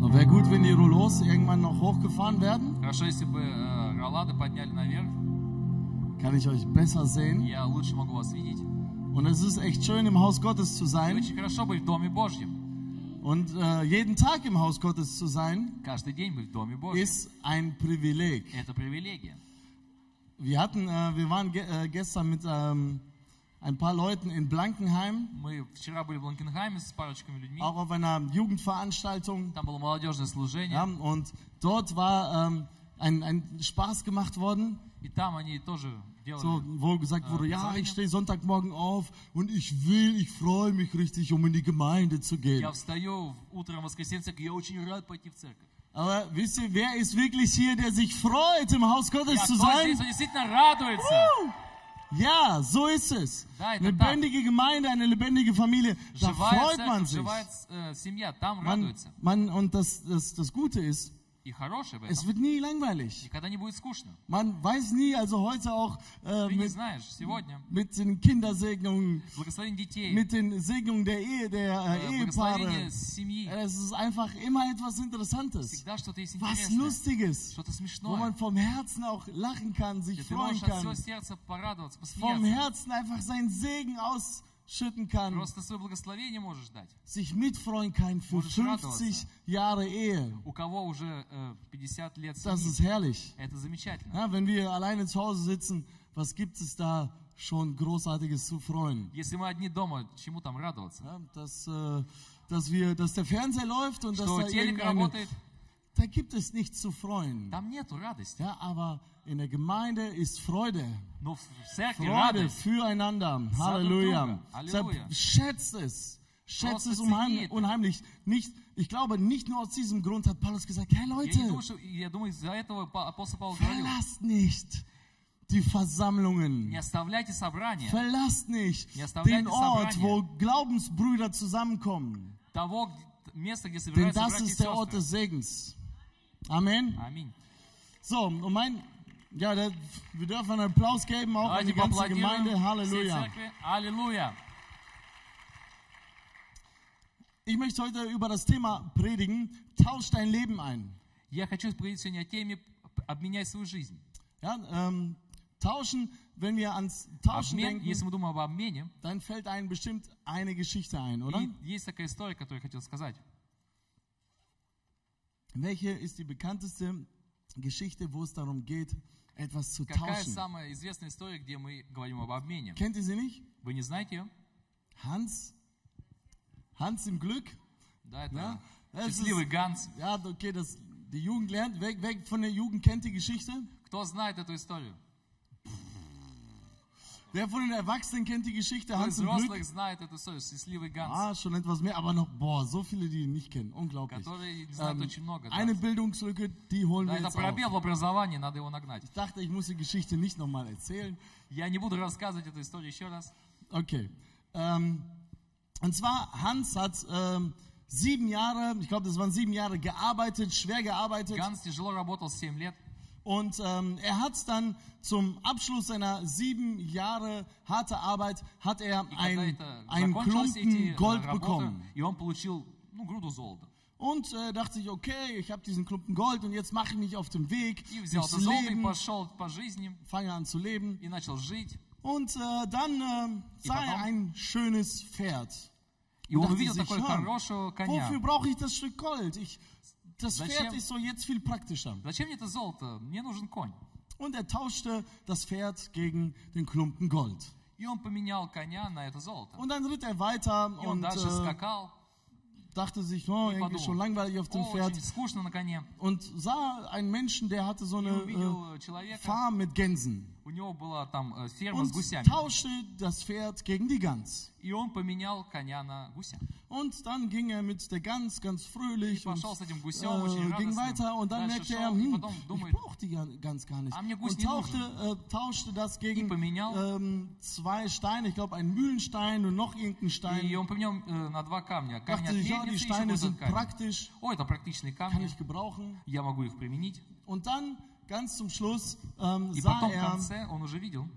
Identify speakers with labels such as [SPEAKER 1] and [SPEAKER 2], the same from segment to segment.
[SPEAKER 1] Und wäre gut, wenn die Rouleaus irgendwann noch hochgefahren werden.
[SPEAKER 2] Хорошо, если бы э, ролады подняли наверх,
[SPEAKER 1] Kann ich euch besser sehen.
[SPEAKER 2] я лучше могу вас видеть.
[SPEAKER 1] Und es ist echt schön, im Haus Gottes zu
[SPEAKER 2] И
[SPEAKER 1] sein
[SPEAKER 2] очень хорошо быть в Доме Божьем.
[SPEAKER 1] und äh, jeden Tag im Haus Gottes zu sein,
[SPEAKER 2] Каждый день быть в Доме Божьем.
[SPEAKER 1] ist ein Privileg.
[SPEAKER 2] Это привилегия.
[SPEAKER 1] Wir hatten, äh, wir waren ge äh, gestern mit ähm, ein paar Leuten in Blankenheim,
[SPEAKER 2] Мы вчера были в Ланкенхайме с парочками людьми.
[SPEAKER 1] auch auf einer Jugendveranstaltung.
[SPEAKER 2] Там было молодежное
[SPEAKER 1] Ja,
[SPEAKER 2] служение.
[SPEAKER 1] und dort war ähm, ein, ein Spaß gemacht worden,
[SPEAKER 2] И там они тоже делали.
[SPEAKER 1] so, wo gesagt wurde, ja, ich stehe Sonntagmorgen auf und ich will, ich freue mich richtig, um in die Gemeinde zu gehen.
[SPEAKER 2] Я встаю в- утром в воскресенье, в церковь, я очень рад пойти в церковь.
[SPEAKER 1] Aber wisst ihr, wer ist wirklich hier, der sich freut, im Haus
[SPEAKER 2] Я
[SPEAKER 1] Gottes zu
[SPEAKER 2] А кто здесь,
[SPEAKER 1] sein?
[SPEAKER 2] он действительно радуется.
[SPEAKER 1] Ja, so ist es.
[SPEAKER 2] Da, da, da.
[SPEAKER 1] Eine lebendige Gemeinde, eine lebendige Familie, da
[SPEAKER 2] Живая
[SPEAKER 1] freut man
[SPEAKER 2] церковь,
[SPEAKER 1] sich.
[SPEAKER 2] живая э, семья, там
[SPEAKER 1] Man,
[SPEAKER 2] радуется.
[SPEAKER 1] man, und das, das, das Gute ist,
[SPEAKER 2] И хорошее в этом.
[SPEAKER 1] es wird nie langweilig.
[SPEAKER 2] Никогда не будет скучно.
[SPEAKER 1] Man weiß nie, also heute auch äh,
[SPEAKER 2] Ты не
[SPEAKER 1] mit,
[SPEAKER 2] знаешь, сегодня
[SPEAKER 1] mit den Kindersegnungen,
[SPEAKER 2] благословение детей,
[SPEAKER 1] mit den Segnungen der Ehe, der
[SPEAKER 2] э,
[SPEAKER 1] äh, Ehepaare.
[SPEAKER 2] благословение семьи,
[SPEAKER 1] Es ist einfach immer etwas Interessantes,
[SPEAKER 2] всегда что-то есть
[SPEAKER 1] was
[SPEAKER 2] интересное,
[SPEAKER 1] Lustiges,
[SPEAKER 2] что-то
[SPEAKER 1] wo
[SPEAKER 2] смешное.
[SPEAKER 1] man vom Herzen auch lachen kann,
[SPEAKER 2] где
[SPEAKER 1] sich
[SPEAKER 2] Ты
[SPEAKER 1] freuen
[SPEAKER 2] можешь от всего
[SPEAKER 1] kann,
[SPEAKER 2] сердца порадоваться,
[SPEAKER 1] vom
[SPEAKER 2] посмеяться.
[SPEAKER 1] Herzen einfach seinen Segen ausschütten kann,
[SPEAKER 2] Просто свое благословение можешь дать.
[SPEAKER 1] sich mitfreuen kann für
[SPEAKER 2] Можешь радоваться.
[SPEAKER 1] 50 Jahre Ehe.
[SPEAKER 2] У кого уже э, 50 лет
[SPEAKER 1] Das
[SPEAKER 2] семьи,
[SPEAKER 1] ist herrlich.
[SPEAKER 2] это замечательно.
[SPEAKER 1] Ja, wenn wir alleine zu Hause sitzen, was gibt es da schon Großartiges zu freuen?
[SPEAKER 2] Если мы одни дома, чему там радоваться?
[SPEAKER 1] Ja, dass, äh, dass, wir, dass der Fernseher läuft und dass
[SPEAKER 2] Что
[SPEAKER 1] da
[SPEAKER 2] телек
[SPEAKER 1] irgendeine,
[SPEAKER 2] работает,
[SPEAKER 1] Da gibt es nichts zu freuen.
[SPEAKER 2] там нету радости.
[SPEAKER 1] Ja, aber in der Gemeinde ist Freude.
[SPEAKER 2] Но в в церкви
[SPEAKER 1] Freude
[SPEAKER 2] радость.
[SPEAKER 1] füreinander. Halleluja.
[SPEAKER 2] Halleluja.
[SPEAKER 1] Deshalb schätzt es. Schätzt
[SPEAKER 2] Просто
[SPEAKER 1] es unheim
[SPEAKER 2] цените.
[SPEAKER 1] unheimlich. Nicht, ich glaube, nicht nur aus diesem Grund hat Paulus gesagt, hey
[SPEAKER 2] Я, не
[SPEAKER 1] Leute,
[SPEAKER 2] думаю, что, я думаю, из-за этого па- апостол Павел говорил,
[SPEAKER 1] verlasst nicht die Versammlungen.
[SPEAKER 2] не оставляйте собрания
[SPEAKER 1] Verlasst nicht
[SPEAKER 2] Не оставляйте
[SPEAKER 1] den Ort,
[SPEAKER 2] собрания.
[SPEAKER 1] wo Glaubensbrüder zusammenkommen.
[SPEAKER 2] того где- места, где
[SPEAKER 1] Denn
[SPEAKER 2] собираются
[SPEAKER 1] das
[SPEAKER 2] братья и
[SPEAKER 1] ist der Ort
[SPEAKER 2] сестры.
[SPEAKER 1] des Segens. Amen.
[SPEAKER 2] Аминь.
[SPEAKER 1] So, und mein, ja, da, wir dürfen einen Applaus geben, auch an die
[SPEAKER 2] Давайте
[SPEAKER 1] ganze Gemeinde.
[SPEAKER 2] поаплодируем всей
[SPEAKER 1] Halleluja.
[SPEAKER 2] церкви. Аллилуйя.
[SPEAKER 1] Ich möchte heute über das Thema predigen, tausch dein Leben ein.
[SPEAKER 2] Я хочу поговорить сегодня о теме п- «Обменяй свою жизнь».
[SPEAKER 1] Ja, ähm, tauschen, wenn wir ans Tauschen
[SPEAKER 2] Обмен, если
[SPEAKER 1] denken,
[SPEAKER 2] мы думаем об обмене,
[SPEAKER 1] dann fällt einem bestimmt eine Geschichte ein, oder?
[SPEAKER 2] и есть такая история, которую я хотел сказать.
[SPEAKER 1] Welche ist die bekannteste Geschichte, wo es darum geht, etwas zu
[SPEAKER 2] Какая
[SPEAKER 1] tauschen?
[SPEAKER 2] самая известная история, где мы говорим об обмене?
[SPEAKER 1] Kennt ihr sie nicht?
[SPEAKER 2] Вы не знаете ее?
[SPEAKER 1] Hans? Hans im Glück?
[SPEAKER 2] Да, это
[SPEAKER 1] Ja? Es ist-
[SPEAKER 2] счастливый Ганс.
[SPEAKER 1] ja okay, das, die Jugend lernt. Wer, wer von der Jugend kennt die Geschichte?
[SPEAKER 2] Кто знает эту историю?
[SPEAKER 1] Wer von den Erwachsenen kennt die Geschichte?
[SPEAKER 2] Кто
[SPEAKER 1] Hans
[SPEAKER 2] из
[SPEAKER 1] im Glück?
[SPEAKER 2] взрослых знает эту историю? Счастливый Ганс,
[SPEAKER 1] Ah, schon etwas mehr, aber noch, boah, so viele, die ihn nicht kennen. Unglaublich.
[SPEAKER 2] который знает
[SPEAKER 1] Ähm,
[SPEAKER 2] очень много. да.
[SPEAKER 1] eine Bildungslücke, die holen
[SPEAKER 2] Да,
[SPEAKER 1] wir
[SPEAKER 2] это
[SPEAKER 1] jetzt auf.
[SPEAKER 2] пробел в образовании, надо его нагнать.
[SPEAKER 1] Ich dachte, ich muss die Geschichte nicht nochmal erzählen.
[SPEAKER 2] Я не буду рассказывать эту историю еще раз.
[SPEAKER 1] Okay. Ähm, und zwar, Hans hat ähm, sieben Jahre, ich glaube, das waren sieben Jahre, gearbeitet, schwer gearbeitet.
[SPEAKER 2] Ганс тяжело работал 7 лет.
[SPEAKER 1] Und ähm, er hat dann zum Abschluss seiner sieben Jahre harte Arbeit, hat er
[SPEAKER 2] И когда
[SPEAKER 1] ein,
[SPEAKER 2] это
[SPEAKER 1] einen
[SPEAKER 2] закончилось, эти
[SPEAKER 1] Klumpen
[SPEAKER 2] э,
[SPEAKER 1] Gold
[SPEAKER 2] работы,
[SPEAKER 1] bekommen.
[SPEAKER 2] и он получил ну, груду золота.
[SPEAKER 1] Und äh, dachte ich, okay, ich habe diesen Klumpen Gold und jetzt mache ich mich auf den Weg,
[SPEAKER 2] И взял
[SPEAKER 1] durchs
[SPEAKER 2] это золото и
[SPEAKER 1] Leben,
[SPEAKER 2] пошел по жизни,
[SPEAKER 1] fange an zu leben.
[SPEAKER 2] и начал жить.
[SPEAKER 1] Und äh, dann äh, sah er
[SPEAKER 2] warum?
[SPEAKER 1] ein schönes Pferd.
[SPEAKER 2] И он
[SPEAKER 1] dachte
[SPEAKER 2] увидел
[SPEAKER 1] sich,
[SPEAKER 2] такое
[SPEAKER 1] «Ja,
[SPEAKER 2] хорошего коня.
[SPEAKER 1] Wofür brauche ich das Stück Gold? Ich, das
[SPEAKER 2] Зачем?
[SPEAKER 1] Pferd ist so jetzt viel praktischer.
[SPEAKER 2] Зачем мне это золото? Мне нужен конь.
[SPEAKER 1] Und er tauschte das Pferd gegen den Klumpen Gold.
[SPEAKER 2] И он поменял коня на это золото.
[SPEAKER 1] Und dann ritt er weiter
[SPEAKER 2] И
[SPEAKER 1] und
[SPEAKER 2] он дальше
[SPEAKER 1] äh,
[SPEAKER 2] скакал.
[SPEAKER 1] dachte sich, oh, irgendwie
[SPEAKER 2] подумал,
[SPEAKER 1] schon langweilig auf dem Pferd.
[SPEAKER 2] Очень скучно на коне.
[SPEAKER 1] Und sah einen Menschen, der hatte so
[SPEAKER 2] И
[SPEAKER 1] eine
[SPEAKER 2] увидел э,
[SPEAKER 1] äh,
[SPEAKER 2] человека.
[SPEAKER 1] Farm mit Gänsen.
[SPEAKER 2] У него была там э, ферма с
[SPEAKER 1] Und
[SPEAKER 2] гусями.
[SPEAKER 1] tauschte das Pferd gegen die Gans.
[SPEAKER 2] И он поменял коня на гуся.
[SPEAKER 1] Und dann ging er mit der Gans ganz fröhlich
[SPEAKER 2] И
[SPEAKER 1] und äh,
[SPEAKER 2] пошел с этим гусем, очень
[SPEAKER 1] ging
[SPEAKER 2] радостным.
[SPEAKER 1] weiter und dann
[SPEAKER 2] Дальше
[SPEAKER 1] merkte
[SPEAKER 2] шел,
[SPEAKER 1] er,
[SPEAKER 2] и
[SPEAKER 1] hm,
[SPEAKER 2] потом
[SPEAKER 1] ich
[SPEAKER 2] думает,
[SPEAKER 1] brauche die Gan- Gans gar Ah, nicht.
[SPEAKER 2] А мне гусь
[SPEAKER 1] Und
[SPEAKER 2] не
[SPEAKER 1] tauchte, äh, tauschte das gegen
[SPEAKER 2] И поменял.
[SPEAKER 1] ähm, zwei Steine, ich glaube einen Mühlenstein und noch irgendeinen
[SPEAKER 2] И
[SPEAKER 1] Stein.
[SPEAKER 2] он поменял э, на два камня. Камень
[SPEAKER 1] Dachte
[SPEAKER 2] от
[SPEAKER 1] sich, ja, die
[SPEAKER 2] мельницы и еще
[SPEAKER 1] Steine
[SPEAKER 2] вот
[SPEAKER 1] sind
[SPEAKER 2] этот камень.
[SPEAKER 1] praktisch,
[SPEAKER 2] О, это практичные
[SPEAKER 1] kann
[SPEAKER 2] камни.
[SPEAKER 1] ich gebrauchen.
[SPEAKER 2] Я могу их применить.
[SPEAKER 1] Und dann ganz zum Schluss ähm,
[SPEAKER 2] И
[SPEAKER 1] sah
[SPEAKER 2] потом в
[SPEAKER 1] er
[SPEAKER 2] конце он уже видел,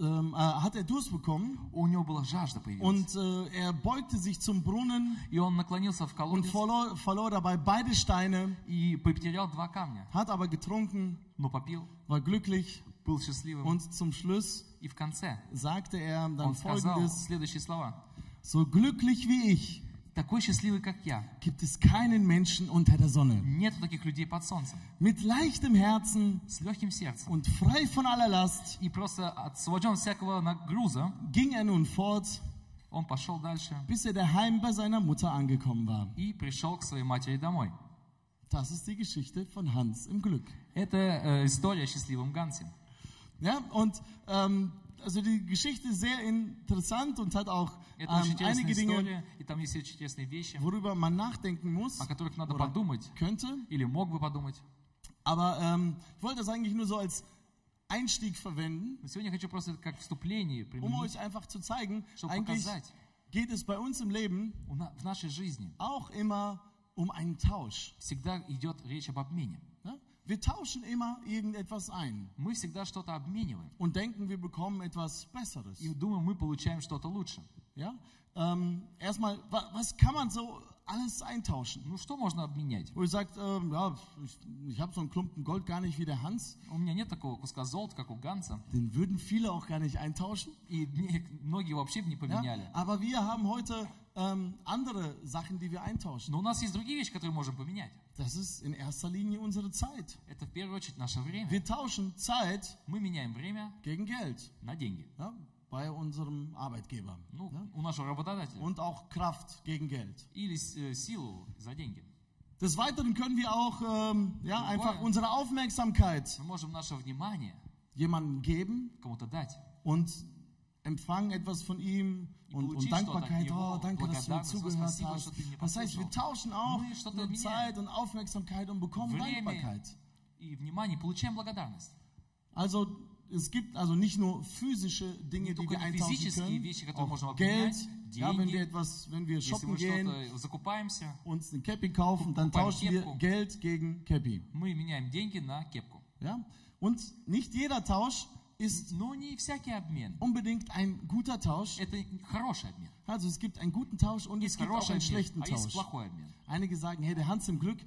[SPEAKER 1] ähm, äh, hat er Durst bekommen
[SPEAKER 2] У него была жажда появилась.
[SPEAKER 1] und äh, er beugte sich zum Brunnen
[SPEAKER 2] И он наклонился в
[SPEAKER 1] und
[SPEAKER 2] колодец
[SPEAKER 1] verlor, verlor dabei beide Steine,
[SPEAKER 2] и потерял два камня.
[SPEAKER 1] hat aber getrunken,
[SPEAKER 2] Но попил,
[SPEAKER 1] war glücklich
[SPEAKER 2] был счастливым.
[SPEAKER 1] und zum Schluss
[SPEAKER 2] И в конце
[SPEAKER 1] sagte er dann
[SPEAKER 2] он сказал
[SPEAKER 1] folgendes,
[SPEAKER 2] следующие слова.
[SPEAKER 1] so glücklich wie ich
[SPEAKER 2] Такой счастливый, как я.
[SPEAKER 1] gibt es keinen Menschen unter der Sonne.
[SPEAKER 2] Нет таких людей под солнцем.
[SPEAKER 1] Mit leichtem Herzen
[SPEAKER 2] С легким сердцем.
[SPEAKER 1] und frei von aller Last
[SPEAKER 2] И просто освобожден от всякого нагруза,
[SPEAKER 1] ging er nun fort,
[SPEAKER 2] он пошел дальше
[SPEAKER 1] bis er daheim bei seiner Mutter angekommen war.
[SPEAKER 2] и пришел к своей матери домой.
[SPEAKER 1] Das ist die Geschichte von Hans im Glück.
[SPEAKER 2] Это э, история о счастливом Гансе.
[SPEAKER 1] Ja, und ähm, also die Geschichte ist sehr interessant und hat auch ähm,
[SPEAKER 2] Это очень интересная
[SPEAKER 1] einige Dinge,
[SPEAKER 2] история, и там есть очень интересные вещи,
[SPEAKER 1] worüber man nachdenken muss,
[SPEAKER 2] о которых надо
[SPEAKER 1] Ура.
[SPEAKER 2] подумать
[SPEAKER 1] könnte.
[SPEAKER 2] или мог бы подумать.
[SPEAKER 1] Aber ähm, ich wollte das eigentlich nur so als Einstieg verwenden,
[SPEAKER 2] Но сегодня я хочу просто это как вступление
[SPEAKER 1] um
[SPEAKER 2] применить,
[SPEAKER 1] euch einfach zu zeigen,
[SPEAKER 2] чтобы
[SPEAKER 1] eigentlich
[SPEAKER 2] показать.
[SPEAKER 1] geht es bei uns im Leben
[SPEAKER 2] У на- в нашей жизни
[SPEAKER 1] auch immer um einen Tausch.
[SPEAKER 2] всегда идет речь об обмене.
[SPEAKER 1] Ja? Wir tauschen immer irgendetwas ein
[SPEAKER 2] Мы всегда что-то обмениваем
[SPEAKER 1] und denken, wir bekommen etwas Besseres.
[SPEAKER 2] и думаем, мы получаем что-то лучше.
[SPEAKER 1] Ja? Ähm, erstmal, wa was kann man so alles eintauschen?
[SPEAKER 2] Ну что можно обменять?
[SPEAKER 1] Wo ihr sagt, ähm, ja, ich, ich habe so einen Klumpen Gold gar nicht wie der Hans.
[SPEAKER 2] У меня нет такого куска золота, как у Ганса,
[SPEAKER 1] Den würden viele auch gar nicht eintauschen.
[SPEAKER 2] и мне- многие вообще бы не
[SPEAKER 1] Ja?
[SPEAKER 2] поменяли.
[SPEAKER 1] Aber wir haben heute ähm, andere Sachen, die wir eintauschen.
[SPEAKER 2] Но у нас есть другие вещи, которые можем поменять.
[SPEAKER 1] Das ist in erster Linie unsere Zeit.
[SPEAKER 2] Это в первую очередь наше время.
[SPEAKER 1] Wir tauschen Zeit
[SPEAKER 2] Мы меняем время
[SPEAKER 1] gegen Geld
[SPEAKER 2] на деньги.
[SPEAKER 1] ja, bei unserem Arbeitgeber.
[SPEAKER 2] Ну,
[SPEAKER 1] Ja?
[SPEAKER 2] у нашего работодателя.
[SPEAKER 1] Und auch Kraft gegen Geld.
[SPEAKER 2] Или с- э, силу за деньги.
[SPEAKER 1] Des Weiteren können wir auch ähm, ja, einfach
[SPEAKER 2] Wollen.
[SPEAKER 1] unsere Aufmerksamkeit
[SPEAKER 2] Мы можем наше внимание
[SPEAKER 1] jemandem geben
[SPEAKER 2] кому-то дать.
[SPEAKER 1] und empfangen etwas von ihm und, und
[SPEAKER 2] Получить
[SPEAKER 1] Dankbarkeit.
[SPEAKER 2] что-то
[SPEAKER 1] Oh,
[SPEAKER 2] от него,
[SPEAKER 1] danke, dass du mir
[SPEAKER 2] благодарность,
[SPEAKER 1] zugehört
[SPEAKER 2] спасибо,
[SPEAKER 1] hast.
[SPEAKER 2] что ты мне
[SPEAKER 1] Das heißt, wir
[SPEAKER 2] послушал.
[SPEAKER 1] tauschen auch
[SPEAKER 2] Ну и что-то
[SPEAKER 1] nur
[SPEAKER 2] меняем.
[SPEAKER 1] Zeit und Aufmerksamkeit und bekommen
[SPEAKER 2] Время.
[SPEAKER 1] Dankbarkeit.
[SPEAKER 2] И внимание, получаем благодарность.
[SPEAKER 1] Also es gibt also nicht nur physische Dinge, die
[SPEAKER 2] Не только
[SPEAKER 1] wir
[SPEAKER 2] die
[SPEAKER 1] eintauschen
[SPEAKER 2] physischen
[SPEAKER 1] können,
[SPEAKER 2] Dinge, которые можно
[SPEAKER 1] auch Geld.
[SPEAKER 2] обменять,
[SPEAKER 1] Ja, wenn
[SPEAKER 2] деньги.
[SPEAKER 1] wir etwas, wenn wir
[SPEAKER 2] Если
[SPEAKER 1] shoppen
[SPEAKER 2] мы
[SPEAKER 1] gehen,
[SPEAKER 2] что-то закупаемся,
[SPEAKER 1] uns eine Cappy kaufen, dann
[SPEAKER 2] Покупаем
[SPEAKER 1] tauschen wir
[SPEAKER 2] кепку.
[SPEAKER 1] Geld gegen Cappy.
[SPEAKER 2] мы меняем деньги на кепку.
[SPEAKER 1] Ja? Und nicht jeder Tausch ist
[SPEAKER 2] Но Ну, не всякий обмен.
[SPEAKER 1] unbedingt ein guter Tausch.
[SPEAKER 2] Это хороший обмен.
[SPEAKER 1] Also es gibt einen guten Tausch und es
[SPEAKER 2] Есть
[SPEAKER 1] gibt auch
[SPEAKER 2] хороший
[SPEAKER 1] einen
[SPEAKER 2] обмен,
[SPEAKER 1] schlechten
[SPEAKER 2] а есть
[SPEAKER 1] Tausch.
[SPEAKER 2] плохой обмен.
[SPEAKER 1] Einige sagen, hey, der Hans im Glück,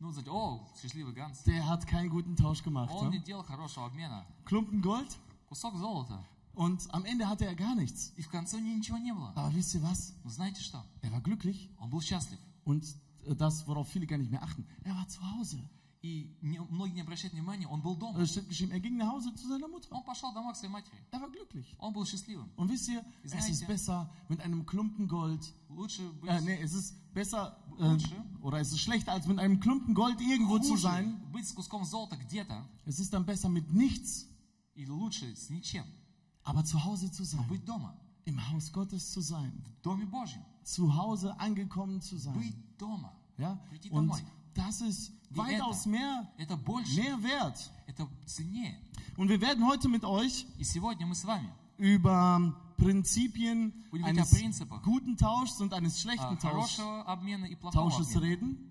[SPEAKER 2] Ну, знаете, о, счастливый Ганс.
[SPEAKER 1] der hat keinen guten Tausch gemacht. Ja?
[SPEAKER 2] Он не делал хорошего обмена.
[SPEAKER 1] Klumpen Gold
[SPEAKER 2] Кусок золота.
[SPEAKER 1] und am Ende hatte er gar nichts.
[SPEAKER 2] И в конце у него ничего не было.
[SPEAKER 1] Aber wisst ihr was?
[SPEAKER 2] Но знаете что?
[SPEAKER 1] Er war glücklich
[SPEAKER 2] Он был счастлив.
[SPEAKER 1] und äh, das, worauf viele gar nicht mehr achten. Er war zu Hause.
[SPEAKER 2] И не- многие не обращают внимания, он был дома.
[SPEAKER 1] Äh, steht geschrieben, er ging nach Hause zu seiner Mutter.
[SPEAKER 2] Он пошел домой к своей матери.
[SPEAKER 1] Er war glücklich.
[SPEAKER 2] Он был счастливым.
[SPEAKER 1] Und wisst ihr,
[SPEAKER 2] Ist
[SPEAKER 1] es
[SPEAKER 2] nice,
[SPEAKER 1] ist
[SPEAKER 2] ja.
[SPEAKER 1] besser mit einem Klumpen Gold.
[SPEAKER 2] Лучше быть
[SPEAKER 1] Äh, nee, es ist besser äh,
[SPEAKER 2] Kutsche.
[SPEAKER 1] oder es ist schlechter, als mit einem Klumpen Gold irgendwo zu
[SPEAKER 2] хуже,
[SPEAKER 1] sein.
[SPEAKER 2] быть с куском золота где-то,
[SPEAKER 1] Es ist dann besser mit nichts,
[SPEAKER 2] и лучше с ничем.
[SPEAKER 1] aber zu Hause zu sein.
[SPEAKER 2] Быть дома,
[SPEAKER 1] Im Haus Gottes zu sein.
[SPEAKER 2] в Доме Божьем.
[SPEAKER 1] Zu Hause angekommen zu sein.
[SPEAKER 2] Быть дома.
[SPEAKER 1] Ja?
[SPEAKER 2] Прийти
[SPEAKER 1] Und
[SPEAKER 2] домой.
[SPEAKER 1] das ist
[SPEAKER 2] Die
[SPEAKER 1] weitaus
[SPEAKER 2] Werte.
[SPEAKER 1] mehr,
[SPEAKER 2] Это больше,
[SPEAKER 1] mehr wert.
[SPEAKER 2] это ценнее.
[SPEAKER 1] Und wir werden heute mit euch
[SPEAKER 2] И сегодня мы с вами
[SPEAKER 1] über ähm, Prinzipien
[SPEAKER 2] Будем говорить о
[SPEAKER 1] eines
[SPEAKER 2] принципах.
[SPEAKER 1] guten Tauschs und eines
[SPEAKER 2] а,
[SPEAKER 1] schlechten Tausch,
[SPEAKER 2] хорошего обмена и плохого
[SPEAKER 1] Tausches
[SPEAKER 2] обмена.
[SPEAKER 1] reden.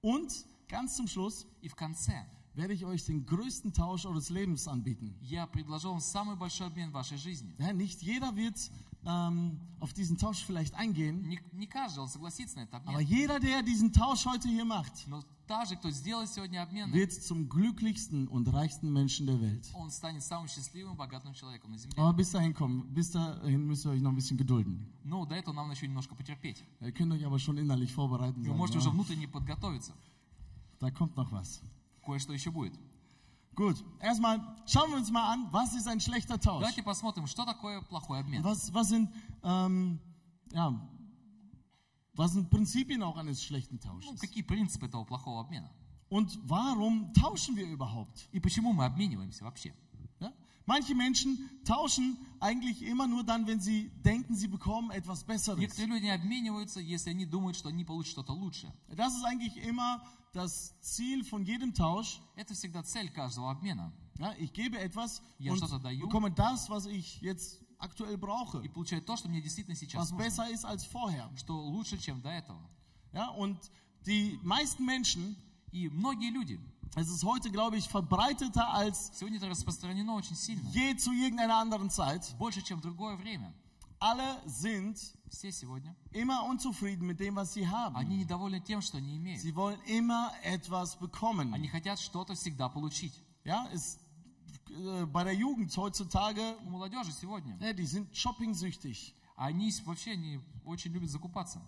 [SPEAKER 1] Und ganz zum Schluss
[SPEAKER 2] И в конце
[SPEAKER 1] werde ich euch den größten Tausch eures Lebens anbieten.
[SPEAKER 2] я предложу вам самый большой обмен в вашей жизни.
[SPEAKER 1] Ja, nicht jeder wird ähm, auf diesen Tausch vielleicht eingehen,
[SPEAKER 2] Не, не каждый, он согласится на этот
[SPEAKER 1] aber
[SPEAKER 2] обмен.
[SPEAKER 1] jeder, der diesen Tausch heute hier macht,
[SPEAKER 2] Но даже кто сделает сегодня обмен,
[SPEAKER 1] wird zum glücklichsten und reichsten Menschen der Welt.
[SPEAKER 2] он станет самым счастливым, богатым человеком на земле.
[SPEAKER 1] Aber bis dahin kommen, bis dahin müsst ihr euch noch ein bisschen gedulden.
[SPEAKER 2] Но до этого нам еще немножко потерпеть.
[SPEAKER 1] Ihr könnt euch aber schon innerlich vorbereiten.
[SPEAKER 2] Вы
[SPEAKER 1] Sagen,
[SPEAKER 2] можете уже
[SPEAKER 1] ja,
[SPEAKER 2] внутренне подготовиться.
[SPEAKER 1] da kommt noch was.
[SPEAKER 2] Кое-что еще будет.
[SPEAKER 1] Gut, erstmal schauen wir uns mal an, was ist ein schlechter Tausch?
[SPEAKER 2] Давайте посмотрим, что такое плохой обмен.
[SPEAKER 1] Was, was, sind, ähm, ja, was sind Prinzipien auch eines schlechten
[SPEAKER 2] Ну,
[SPEAKER 1] Tausches?
[SPEAKER 2] какие принципы этого плохого обмена?
[SPEAKER 1] Und warum tauschen wir überhaupt?
[SPEAKER 2] И почему мы обмениваемся вообще?
[SPEAKER 1] Ja? Ne? Manche Menschen tauschen eigentlich immer nur dann, wenn sie denken, sie bekommen etwas Besseres.
[SPEAKER 2] Некоторые люди обмениваются, если они думают, что они получат что-то лучше.
[SPEAKER 1] Das ist eigentlich immer das Ziel von jedem Tausch.
[SPEAKER 2] Это всегда цель каждого обмена.
[SPEAKER 1] Ja? Ich gebe etwas
[SPEAKER 2] Ja,
[SPEAKER 1] und
[SPEAKER 2] что-то даю.
[SPEAKER 1] bekomme das, was ich jetzt aktuell brauche,
[SPEAKER 2] И получают то, что мне действительно сейчас
[SPEAKER 1] was
[SPEAKER 2] нужно.
[SPEAKER 1] besser ist als vorher.
[SPEAKER 2] Что лучше, чем до этого.
[SPEAKER 1] Ja? Und die meisten Menschen
[SPEAKER 2] И многие люди
[SPEAKER 1] Es ist heute, glaube ich, verbreiteter als
[SPEAKER 2] Сегодня это распространено очень сильно.
[SPEAKER 1] je zu irgendeiner anderen Zeit.
[SPEAKER 2] Больше, чем в другое время.
[SPEAKER 1] Alle sind
[SPEAKER 2] Все сегодня.
[SPEAKER 1] immer unzufrieden mit dem, was sie haben.
[SPEAKER 2] Они недовольны тем, что они имеют.
[SPEAKER 1] Sie wollen immer etwas
[SPEAKER 2] Они
[SPEAKER 1] bekommen.
[SPEAKER 2] хотят что-то всегда получить.
[SPEAKER 1] Ja, ist äh, bei der Jugend heutzutage,
[SPEAKER 2] У молодежи сегодня.
[SPEAKER 1] ne, die sind shopping-süchtig.
[SPEAKER 2] Они с- вообще не очень любят закупаться.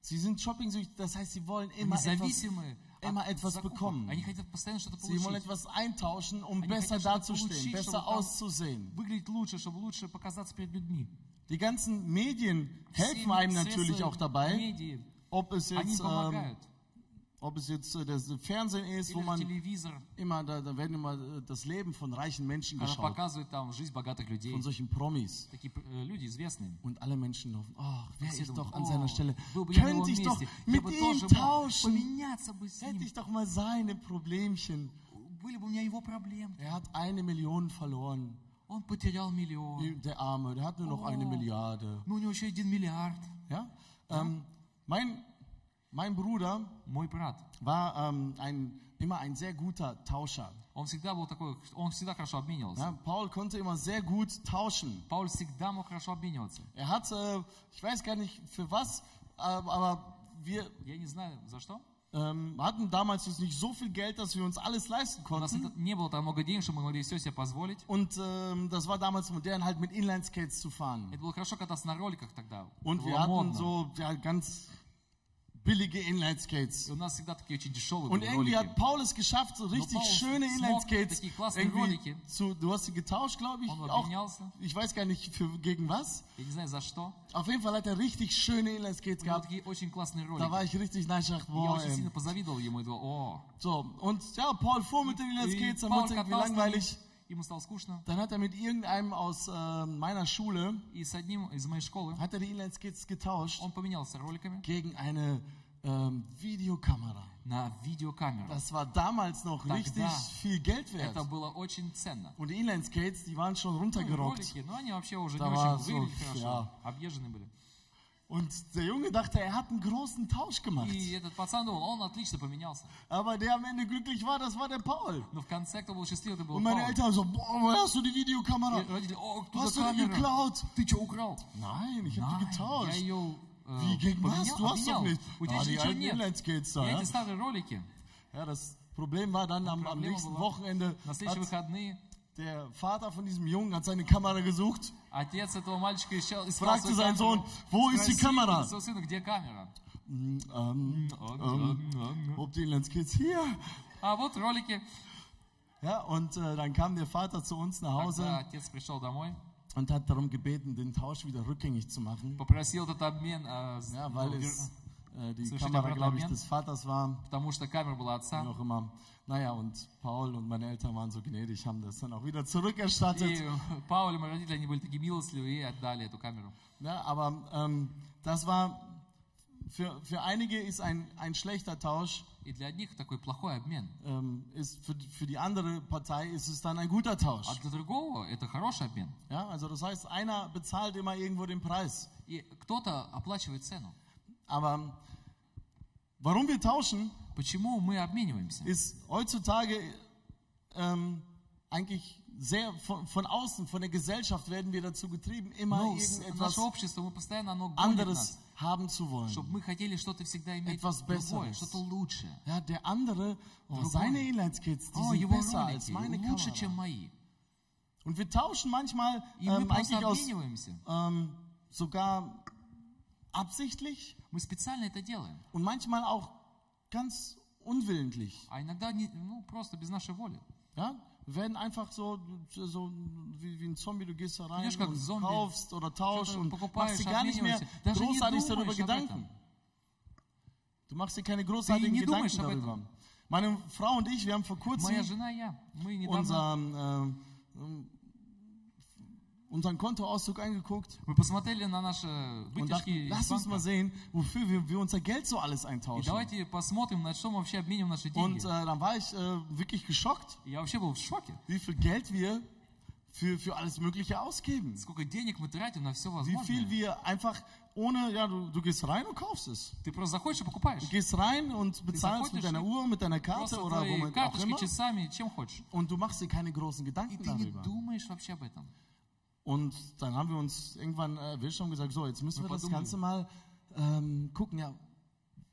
[SPEAKER 1] Sie sind shopping-süchtig, das heißt, sie wollen
[SPEAKER 2] Они
[SPEAKER 1] immer etwas,
[SPEAKER 2] зависимы
[SPEAKER 1] immer
[SPEAKER 2] от
[SPEAKER 1] etwas
[SPEAKER 2] закупок.
[SPEAKER 1] bekommen.
[SPEAKER 2] Они хотят постоянно что-то
[SPEAKER 1] sie wollen
[SPEAKER 2] получить.
[SPEAKER 1] etwas eintauschen, um
[SPEAKER 2] Они
[SPEAKER 1] besser
[SPEAKER 2] хотят что-то
[SPEAKER 1] dazustehen,
[SPEAKER 2] получить,
[SPEAKER 1] besser
[SPEAKER 2] чтобы там-
[SPEAKER 1] auszusehen.
[SPEAKER 2] Выглядеть лучше, чтобы лучше показаться перед людьми.
[SPEAKER 1] Die ganzen Medien helfen
[SPEAKER 2] Все
[SPEAKER 1] einem
[SPEAKER 2] средства
[SPEAKER 1] natürlich auch dabei,
[SPEAKER 2] медии,
[SPEAKER 1] ob es
[SPEAKER 2] они
[SPEAKER 1] jetzt, ähm,
[SPEAKER 2] помогают.
[SPEAKER 1] ob es jetzt äh, das Fernsehen ist, wo
[SPEAKER 2] Или
[SPEAKER 1] man
[SPEAKER 2] телевизор,
[SPEAKER 1] immer, da, da werden immer äh, das Leben von reichen Menschen
[SPEAKER 2] когда
[SPEAKER 1] geschaut,
[SPEAKER 2] показывает там жизнь богатых людей.
[SPEAKER 1] von solchen Promis.
[SPEAKER 2] Такие э, люди известные.
[SPEAKER 1] Und alle Menschen laufen, ach, wäre
[SPEAKER 2] Все
[SPEAKER 1] ich
[SPEAKER 2] думают,
[SPEAKER 1] doch an
[SPEAKER 2] «О,
[SPEAKER 1] seiner Stelle,
[SPEAKER 2] был бы я на его
[SPEAKER 1] könnte ich doch
[SPEAKER 2] месте, я
[SPEAKER 1] mit
[SPEAKER 2] бы
[SPEAKER 1] ihm
[SPEAKER 2] тоже мог
[SPEAKER 1] tauschen,
[SPEAKER 2] поменяться бы с
[SPEAKER 1] hätte
[SPEAKER 2] ним.
[SPEAKER 1] ich doch mal seine Problemchen.
[SPEAKER 2] Были бы у меня его проблемы.
[SPEAKER 1] Er hat eine Million verloren,
[SPEAKER 2] Он потерял миллион.
[SPEAKER 1] der Arme, der hat nur noch eine
[SPEAKER 2] Oh.
[SPEAKER 1] Milliarde.
[SPEAKER 2] Ну, у него еще один миллиард.
[SPEAKER 1] Ja? Ähm, mein, mein Bruder
[SPEAKER 2] Мой брат,
[SPEAKER 1] war ähm, ein, immer ein sehr guter Tauscher.
[SPEAKER 2] он всегда был такой, он всегда хорошо обменивался.
[SPEAKER 1] Ja? Paul konnte immer sehr gut tauschen.
[SPEAKER 2] Пауль всегда мог хорошо обмениваться.
[SPEAKER 1] Er hat, äh, ich weiß gar nicht für was, äh, aber wir
[SPEAKER 2] Я не знаю, за что.
[SPEAKER 1] ähm, hatten damals jetzt nicht so viel Geld, dass wir uns alles leisten
[SPEAKER 2] У нас
[SPEAKER 1] konnten.
[SPEAKER 2] это- не было там много денег, чтобы мы могли все себе позволить.
[SPEAKER 1] Und ähm, das war damals modern, halt mit Inlineskates zu fahren.
[SPEAKER 2] Это было хорошо кататься на роликах тогда.
[SPEAKER 1] Und
[SPEAKER 2] Это
[SPEAKER 1] wir
[SPEAKER 2] было
[SPEAKER 1] hatten
[SPEAKER 2] модно.
[SPEAKER 1] so ja, ganz billige
[SPEAKER 2] И
[SPEAKER 1] Inlineskates.
[SPEAKER 2] у нас всегда такие очень дешевые
[SPEAKER 1] Und
[SPEAKER 2] были
[SPEAKER 1] irgendwie hat
[SPEAKER 2] ролики.
[SPEAKER 1] Paul es geschafft, so richtig
[SPEAKER 2] Paul
[SPEAKER 1] schöne
[SPEAKER 2] smoked
[SPEAKER 1] Inlineskates
[SPEAKER 2] такие классные
[SPEAKER 1] irgendwie
[SPEAKER 2] ролики.
[SPEAKER 1] zu, du hast sie getauscht, glaube ich,
[SPEAKER 2] Он
[SPEAKER 1] auch,
[SPEAKER 2] обменялся.
[SPEAKER 1] ich weiß gar nicht für, gegen was.
[SPEAKER 2] Я не знаю, за что.
[SPEAKER 1] Auf jeden Fall hat er richtig schöne Inlineskates
[SPEAKER 2] У него
[SPEAKER 1] gehabt.
[SPEAKER 2] такие очень классные
[SPEAKER 1] Da war
[SPEAKER 2] ролики.
[SPEAKER 1] ich richtig neidisch, dachte,
[SPEAKER 2] Я
[SPEAKER 1] boah,
[SPEAKER 2] очень
[SPEAKER 1] ey.
[SPEAKER 2] сильно позавидовал ему. и думал, О,
[SPEAKER 1] So, und ja, Paul fuhr mit den Inlineskates, dann
[SPEAKER 2] Пауль
[SPEAKER 1] wurde es irgendwie
[SPEAKER 2] катался на них,
[SPEAKER 1] langweilig.
[SPEAKER 2] Ему стало скучно.
[SPEAKER 1] Dann hat er mit irgendeinem aus äh, meiner Schule,
[SPEAKER 2] И с одним из моей школы
[SPEAKER 1] hat er die Inlineskates getauscht
[SPEAKER 2] он поменялся роликами
[SPEAKER 1] gegen eine ähm, Videokamera.
[SPEAKER 2] на видеокамеру.
[SPEAKER 1] Das war damals noch
[SPEAKER 2] Тогда
[SPEAKER 1] richtig viel Geld wert.
[SPEAKER 2] Это было очень ценно.
[SPEAKER 1] Und die Inlineskates, die waren schon
[SPEAKER 2] Ну, и
[SPEAKER 1] runtergerockt.
[SPEAKER 2] ролики, но они вообще уже не
[SPEAKER 1] Да
[SPEAKER 2] очень
[SPEAKER 1] ладно,
[SPEAKER 2] выглядели
[SPEAKER 1] слушай, а.
[SPEAKER 2] хорошо. Объезжены были.
[SPEAKER 1] Und der Junge dachte, er hat einen großen Tausch gemacht.
[SPEAKER 2] И этот пацан думал, он отлично поменялся.
[SPEAKER 1] Aber der am Ende glücklich war, das war der Paul.
[SPEAKER 2] Но в конце, кто был счастлив, это был
[SPEAKER 1] Und meine
[SPEAKER 2] Пауль.
[SPEAKER 1] Eltern so, boah, woher hast du die
[SPEAKER 2] И
[SPEAKER 1] Videokamera?
[SPEAKER 2] родители, о, кто
[SPEAKER 1] Hast
[SPEAKER 2] за
[SPEAKER 1] du die
[SPEAKER 2] камера?
[SPEAKER 1] geklaut?
[SPEAKER 2] Ты что, украл?
[SPEAKER 1] Nein, ich habe die
[SPEAKER 2] Nein, я
[SPEAKER 1] getauscht.
[SPEAKER 2] ее
[SPEAKER 1] Wie, gegen was? Du hast doch
[SPEAKER 2] обменял.
[SPEAKER 1] nicht.
[SPEAKER 2] У тебя
[SPEAKER 1] Ah,
[SPEAKER 2] же
[SPEAKER 1] die
[SPEAKER 2] ничего
[SPEAKER 1] alten
[SPEAKER 2] нет.
[SPEAKER 1] Inlineskates da,
[SPEAKER 2] Я
[SPEAKER 1] ja?
[SPEAKER 2] эти старые ролики.
[SPEAKER 1] Ja, das Problem war dann am, am
[SPEAKER 2] Проблема
[SPEAKER 1] nächsten
[SPEAKER 2] была.
[SPEAKER 1] Wochenende,
[SPEAKER 2] На следующие
[SPEAKER 1] hat
[SPEAKER 2] выходные
[SPEAKER 1] der Vater von diesem Jungen hat seine Kamera gesucht.
[SPEAKER 2] отец этого мальчика ищал, искал
[SPEAKER 1] Fragte
[SPEAKER 2] свою
[SPEAKER 1] seinen Sohn,
[SPEAKER 2] камеру.
[SPEAKER 1] wo ist die
[SPEAKER 2] Спросил
[SPEAKER 1] Kamera?
[SPEAKER 2] своего сына, где камера?
[SPEAKER 1] Hm, Ähm, ähm, ob die Inlineskates hier?
[SPEAKER 2] А вот ролики.
[SPEAKER 1] Ja, und äh, dann kam der Vater zu uns nach
[SPEAKER 2] Тогда
[SPEAKER 1] Hause
[SPEAKER 2] отец пришел домой,
[SPEAKER 1] und hat darum gebeten, den Tausch wieder rückgängig zu machen.
[SPEAKER 2] попросил этот обмен, а, с-
[SPEAKER 1] Ja, weil
[SPEAKER 2] ну, вер-
[SPEAKER 1] es äh, die
[SPEAKER 2] Zwischen
[SPEAKER 1] Kamera,
[SPEAKER 2] dem
[SPEAKER 1] glaube ich,
[SPEAKER 2] Apartment?
[SPEAKER 1] des Vaters war,
[SPEAKER 2] потому что камера была отца.
[SPEAKER 1] wie auch immer. Naja, und Paul und meine Eltern waren so gnädig, haben das dann auch wieder
[SPEAKER 2] И
[SPEAKER 1] zurückerstattet.
[SPEAKER 2] Пауль и мои родители, они были такие милостливые и отдали эту камеру.
[SPEAKER 1] Ja, aber ähm, das war, für, für einige ist ein, ein schlechter Tausch,
[SPEAKER 2] И для одних такой плохой обмен.
[SPEAKER 1] ähm, ist für, für die andere Partei ist es dann ein guter Tausch.
[SPEAKER 2] А для другого это хороший обмен.
[SPEAKER 1] Ja, also das heißt, einer bezahlt immer irgendwo den Preis.
[SPEAKER 2] И кто-то оплачивает цену.
[SPEAKER 1] Aber warum wir tauschen,
[SPEAKER 2] Почему мы обмениваемся?
[SPEAKER 1] ist heutzutage ähm, eigentlich sehr von, von außen, von der Gesellschaft werden wir dazu getrieben, immer
[SPEAKER 2] Ну, с-
[SPEAKER 1] irgendetwas
[SPEAKER 2] наше общество, мы постоянно оно гонит
[SPEAKER 1] anderes
[SPEAKER 2] нас,
[SPEAKER 1] haben zu wollen.
[SPEAKER 2] чтобы мы хотели что-то всегда иметь
[SPEAKER 1] Etwas
[SPEAKER 2] другое,
[SPEAKER 1] besseres.
[SPEAKER 2] что-то лучшее.
[SPEAKER 1] Ja, der andere, oh,
[SPEAKER 2] Другой.
[SPEAKER 1] seine Inlineskids, die
[SPEAKER 2] О,
[SPEAKER 1] sind
[SPEAKER 2] его
[SPEAKER 1] besser als meine
[SPEAKER 2] ролики лучше, чем
[SPEAKER 1] Kamera.
[SPEAKER 2] мои.
[SPEAKER 1] Und wir tauschen manchmal
[SPEAKER 2] И мы
[SPEAKER 1] ähm,
[SPEAKER 2] просто
[SPEAKER 1] eigentlich aus
[SPEAKER 2] обмениваемся.
[SPEAKER 1] ähm, sogar absichtlich
[SPEAKER 2] Мы специально это делаем.
[SPEAKER 1] und manchmal auch ganz unwillentlich.
[SPEAKER 2] А иногда не- ну, просто без нашей воли.
[SPEAKER 1] Ja? Wir werden einfach so, so wie, wie ein Zombie, du gehst da rein
[SPEAKER 2] Знаешь, как
[SPEAKER 1] und
[SPEAKER 2] Zombie.
[SPEAKER 1] kaufst oder tauschst
[SPEAKER 2] Что-то
[SPEAKER 1] und
[SPEAKER 2] покупаешь,
[SPEAKER 1] machst dir gar nicht mehr
[SPEAKER 2] обмениваешься. Даже не
[SPEAKER 1] großartig darüber
[SPEAKER 2] думаешь об
[SPEAKER 1] Gedanken.
[SPEAKER 2] этом.
[SPEAKER 1] Du machst dir keine großartigen
[SPEAKER 2] не
[SPEAKER 1] Gedanken
[SPEAKER 2] думаешь об
[SPEAKER 1] darüber. Meine Frau und ich, wir haben vor
[SPEAKER 2] Моя
[SPEAKER 1] kurzem
[SPEAKER 2] жена и я, мы недавно...
[SPEAKER 1] unseren, ähm, ähm, unseren Kontoauszug angeguckt
[SPEAKER 2] Мы посмотрели на наши
[SPEAKER 1] und
[SPEAKER 2] вытяжки
[SPEAKER 1] dachten,
[SPEAKER 2] из
[SPEAKER 1] lass uns mal
[SPEAKER 2] банка.
[SPEAKER 1] sehen, wofür wir, wir unser Geld so alles
[SPEAKER 2] И
[SPEAKER 1] eintauschen.
[SPEAKER 2] давайте посмотрим, на что мы вообще обменим наши деньги.
[SPEAKER 1] Und äh, dann war ich äh, wirklich geschockt,
[SPEAKER 2] Я вообще был в шоке.
[SPEAKER 1] wie viel Geld wir für, für alles Mögliche ausgeben.
[SPEAKER 2] Сколько денег мы тратим на все
[SPEAKER 1] Wie
[SPEAKER 2] возможное.
[SPEAKER 1] viel wir einfach ohne, ja, du, du gehst rein und kaufst es.
[SPEAKER 2] Ты просто заходишь и покупаешь.
[SPEAKER 1] Du gehst rein und bezahlst mit
[SPEAKER 2] ne?
[SPEAKER 1] deiner Uhr, mit deiner
[SPEAKER 2] Просто
[SPEAKER 1] Karte oder
[SPEAKER 2] твои
[SPEAKER 1] womit auch
[SPEAKER 2] карточки,
[SPEAKER 1] immer.
[SPEAKER 2] часами, чем хочешь.
[SPEAKER 1] Und du machst dir keine großen
[SPEAKER 2] И
[SPEAKER 1] Gedanken
[SPEAKER 2] ты не
[SPEAKER 1] darüber.
[SPEAKER 2] думаешь вообще об этом.
[SPEAKER 1] Und dann haben wir uns irgendwann erwischt und gesagt, so, jetzt müssen wir
[SPEAKER 2] Super
[SPEAKER 1] das
[SPEAKER 2] dumm.
[SPEAKER 1] Ganze mal ähm, gucken, ja,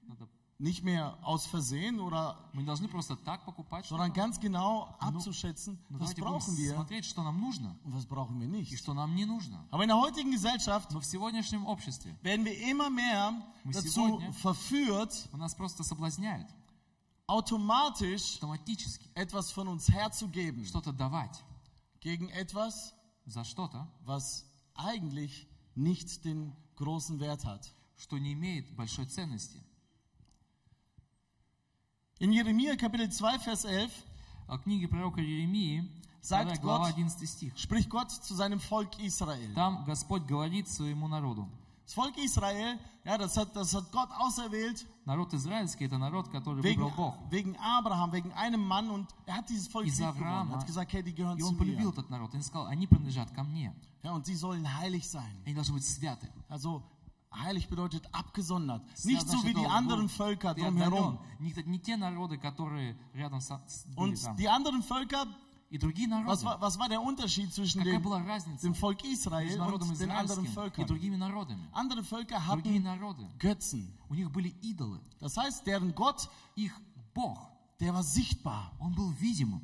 [SPEAKER 2] Надо-
[SPEAKER 1] nicht mehr aus Versehen oder,
[SPEAKER 2] Мы не должны просто так покупать
[SPEAKER 1] sondern
[SPEAKER 2] что-то.
[SPEAKER 1] ganz genau abzuschätzen,
[SPEAKER 2] Но
[SPEAKER 1] was
[SPEAKER 2] давайте будем
[SPEAKER 1] brauchen wir und
[SPEAKER 2] смотреть, что нам нужно
[SPEAKER 1] was brauchen wir
[SPEAKER 2] и
[SPEAKER 1] nicht.
[SPEAKER 2] что нам не нужно.
[SPEAKER 1] Aber in der heutigen Gesellschaft
[SPEAKER 2] Но в сегодняшнем обществе
[SPEAKER 1] werden wir immer mehr
[SPEAKER 2] Мы
[SPEAKER 1] dazu
[SPEAKER 2] сегодня-
[SPEAKER 1] verführt,
[SPEAKER 2] у нас просто соблазняют
[SPEAKER 1] automatisch
[SPEAKER 2] автоматически
[SPEAKER 1] etwas von uns herzugeben
[SPEAKER 2] что-то давать
[SPEAKER 1] gegen etwas,
[SPEAKER 2] за что-то,
[SPEAKER 1] was eigentlich nicht den großen Wert hat.
[SPEAKER 2] что не имеет большой ценности.
[SPEAKER 1] In Jeremia Kapitel 2, Vers 11
[SPEAKER 2] А в книге пророка Еремии,
[SPEAKER 1] Sagt
[SPEAKER 2] 2 глава
[SPEAKER 1] Gott-
[SPEAKER 2] 11 стих.
[SPEAKER 1] spricht Gott zu seinem Volk Israel.
[SPEAKER 2] Там Господь говорит своему народу.
[SPEAKER 1] Das Volk Israel, ja, das hat, das hat Gott auserwählt
[SPEAKER 2] Народ израильский – это народ, который
[SPEAKER 1] wegen,
[SPEAKER 2] выбрал Бог.
[SPEAKER 1] wegen Abraham, wegen einem Mann und er hat dieses Volk
[SPEAKER 2] Из
[SPEAKER 1] liebgewonnen,
[SPEAKER 2] Авраама.
[SPEAKER 1] hat gesagt, hey, die gehören
[SPEAKER 2] И
[SPEAKER 1] zu
[SPEAKER 2] он полюбил
[SPEAKER 1] mir.
[SPEAKER 2] этот народ. И он сказал, они принадлежат ко мне.
[SPEAKER 1] Ja, und sie sollen heilig sein.
[SPEAKER 2] Они должны быть святы.
[SPEAKER 1] Also heilig bedeutet abgesondert. Nicht
[SPEAKER 2] Свят
[SPEAKER 1] so
[SPEAKER 2] значит,
[SPEAKER 1] wie die
[SPEAKER 2] он
[SPEAKER 1] anderen
[SPEAKER 2] был
[SPEAKER 1] Völker
[SPEAKER 2] и отдален.
[SPEAKER 1] drumherum.
[SPEAKER 2] Не, не те народы, которые рядом со- с, были
[SPEAKER 1] Und
[SPEAKER 2] там.
[SPEAKER 1] die anderen Völker,
[SPEAKER 2] И другие
[SPEAKER 1] was
[SPEAKER 2] народы.
[SPEAKER 1] war, was war der Unterschied zwischen
[SPEAKER 2] Какая
[SPEAKER 1] dem,
[SPEAKER 2] была разница
[SPEAKER 1] dem Volk Israel
[SPEAKER 2] между народом
[SPEAKER 1] und den anderen
[SPEAKER 2] израильским и
[SPEAKER 1] Völkern?
[SPEAKER 2] другими народами?
[SPEAKER 1] Andere Völker
[SPEAKER 2] Другие
[SPEAKER 1] hatten
[SPEAKER 2] народы.
[SPEAKER 1] Götzen.
[SPEAKER 2] У них были идолы.
[SPEAKER 1] Das heißt, deren Gott,
[SPEAKER 2] Их Бог,
[SPEAKER 1] der war sichtbar.
[SPEAKER 2] он был видимым.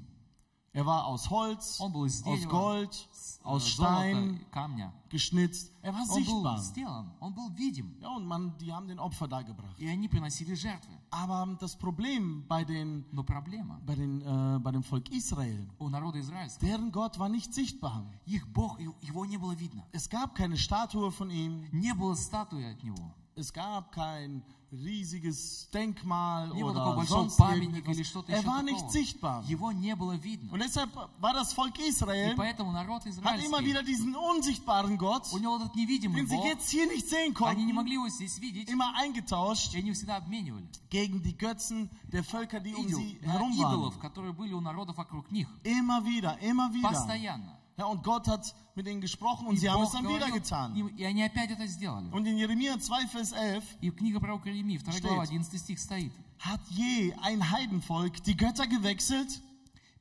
[SPEAKER 1] Er war aus Holz,
[SPEAKER 2] Он был из
[SPEAKER 1] aus
[SPEAKER 2] дерева,
[SPEAKER 1] Gold,
[SPEAKER 2] с, э,
[SPEAKER 1] aus
[SPEAKER 2] золота,
[SPEAKER 1] Stein,
[SPEAKER 2] камня.
[SPEAKER 1] geschnitzt. Also, Er war
[SPEAKER 2] Он был
[SPEAKER 1] sichtbar.
[SPEAKER 2] сделан, он был видим.
[SPEAKER 1] Ja, und man, die haben den Opfer dargebracht.
[SPEAKER 2] И они приносили жертвы.
[SPEAKER 1] Aber das Problem bei, den,
[SPEAKER 2] Но проблема
[SPEAKER 1] bei, den, äh, bei dem Volk Israel,
[SPEAKER 2] у народа израильского.
[SPEAKER 1] deren Gott war nicht sichtbar.
[SPEAKER 2] Их Бог, и- его не было видно.
[SPEAKER 1] Es gab keine Statue von ihm,
[SPEAKER 2] Не было статуи от него.
[SPEAKER 1] es gab kein riesiges Denkmal
[SPEAKER 2] Не было такого
[SPEAKER 1] oder
[SPEAKER 2] большого
[SPEAKER 1] sonst
[SPEAKER 2] памятника или
[SPEAKER 1] irgendwas.
[SPEAKER 2] что-то
[SPEAKER 1] Er
[SPEAKER 2] еще
[SPEAKER 1] war nicht
[SPEAKER 2] такого.
[SPEAKER 1] sichtbar.
[SPEAKER 2] Его не было видно.
[SPEAKER 1] Und deshalb war das Volk
[SPEAKER 2] И
[SPEAKER 1] Israel,
[SPEAKER 2] поэтому
[SPEAKER 1] hat
[SPEAKER 2] народ
[SPEAKER 1] immer
[SPEAKER 2] израильский,
[SPEAKER 1] wieder diesen unsichtbaren Gott,
[SPEAKER 2] у него этот невидимый
[SPEAKER 1] den sie
[SPEAKER 2] Бог,
[SPEAKER 1] jetzt hier nicht sehen
[SPEAKER 2] они не
[SPEAKER 1] konnten,
[SPEAKER 2] могли его здесь видеть,
[SPEAKER 1] immer eingetauscht
[SPEAKER 2] и они его всегда обменивали.
[SPEAKER 1] gegen die Götzen der Völker, die um
[SPEAKER 2] Идол,
[SPEAKER 1] sie
[SPEAKER 2] на
[SPEAKER 1] herum waren.
[SPEAKER 2] идолов, которые были у народов вокруг них.
[SPEAKER 1] Immer wieder, immer wieder.
[SPEAKER 2] Постоянно.
[SPEAKER 1] Ja, und Gott hat mit ihnen gesprochen und
[SPEAKER 2] И
[SPEAKER 1] sie haben
[SPEAKER 2] Бог
[SPEAKER 1] es dann wieder
[SPEAKER 2] говорил
[SPEAKER 1] getan.
[SPEAKER 2] им, и они опять это сделали.
[SPEAKER 1] Und in Jeremia 2, Vers 11
[SPEAKER 2] И в книге пророка Иеремии, 2
[SPEAKER 1] Steht.
[SPEAKER 2] глава, 11 стих стоит.
[SPEAKER 1] hat je ein Heidenvolk die Götter gewechselt.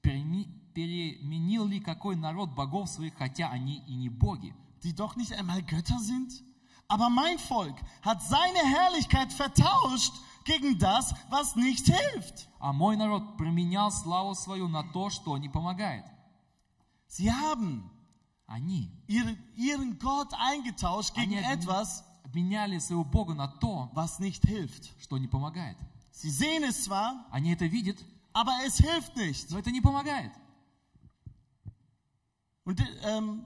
[SPEAKER 2] «Переми- «Переменил ли какой народ богов своих, хотя они и не боги?
[SPEAKER 1] die doch nicht einmal Götter sind? Aber mein Volk hat seine Herrlichkeit vertauscht gegen das, was nicht hilft.
[SPEAKER 2] А мой народ променял славу свою на то, что не помогает.
[SPEAKER 1] Sie haben
[SPEAKER 2] Они
[SPEAKER 1] ihre, ihren Gott eingetauscht gegen
[SPEAKER 2] Они обмен-
[SPEAKER 1] etwas,
[SPEAKER 2] обменяли своего бога на то,
[SPEAKER 1] was nicht hilft.
[SPEAKER 2] что не помогает.
[SPEAKER 1] Sie sehen es zwar,
[SPEAKER 2] Они это видят,
[SPEAKER 1] aber es hilft nicht.
[SPEAKER 2] но это не помогает.
[SPEAKER 1] Und ähm,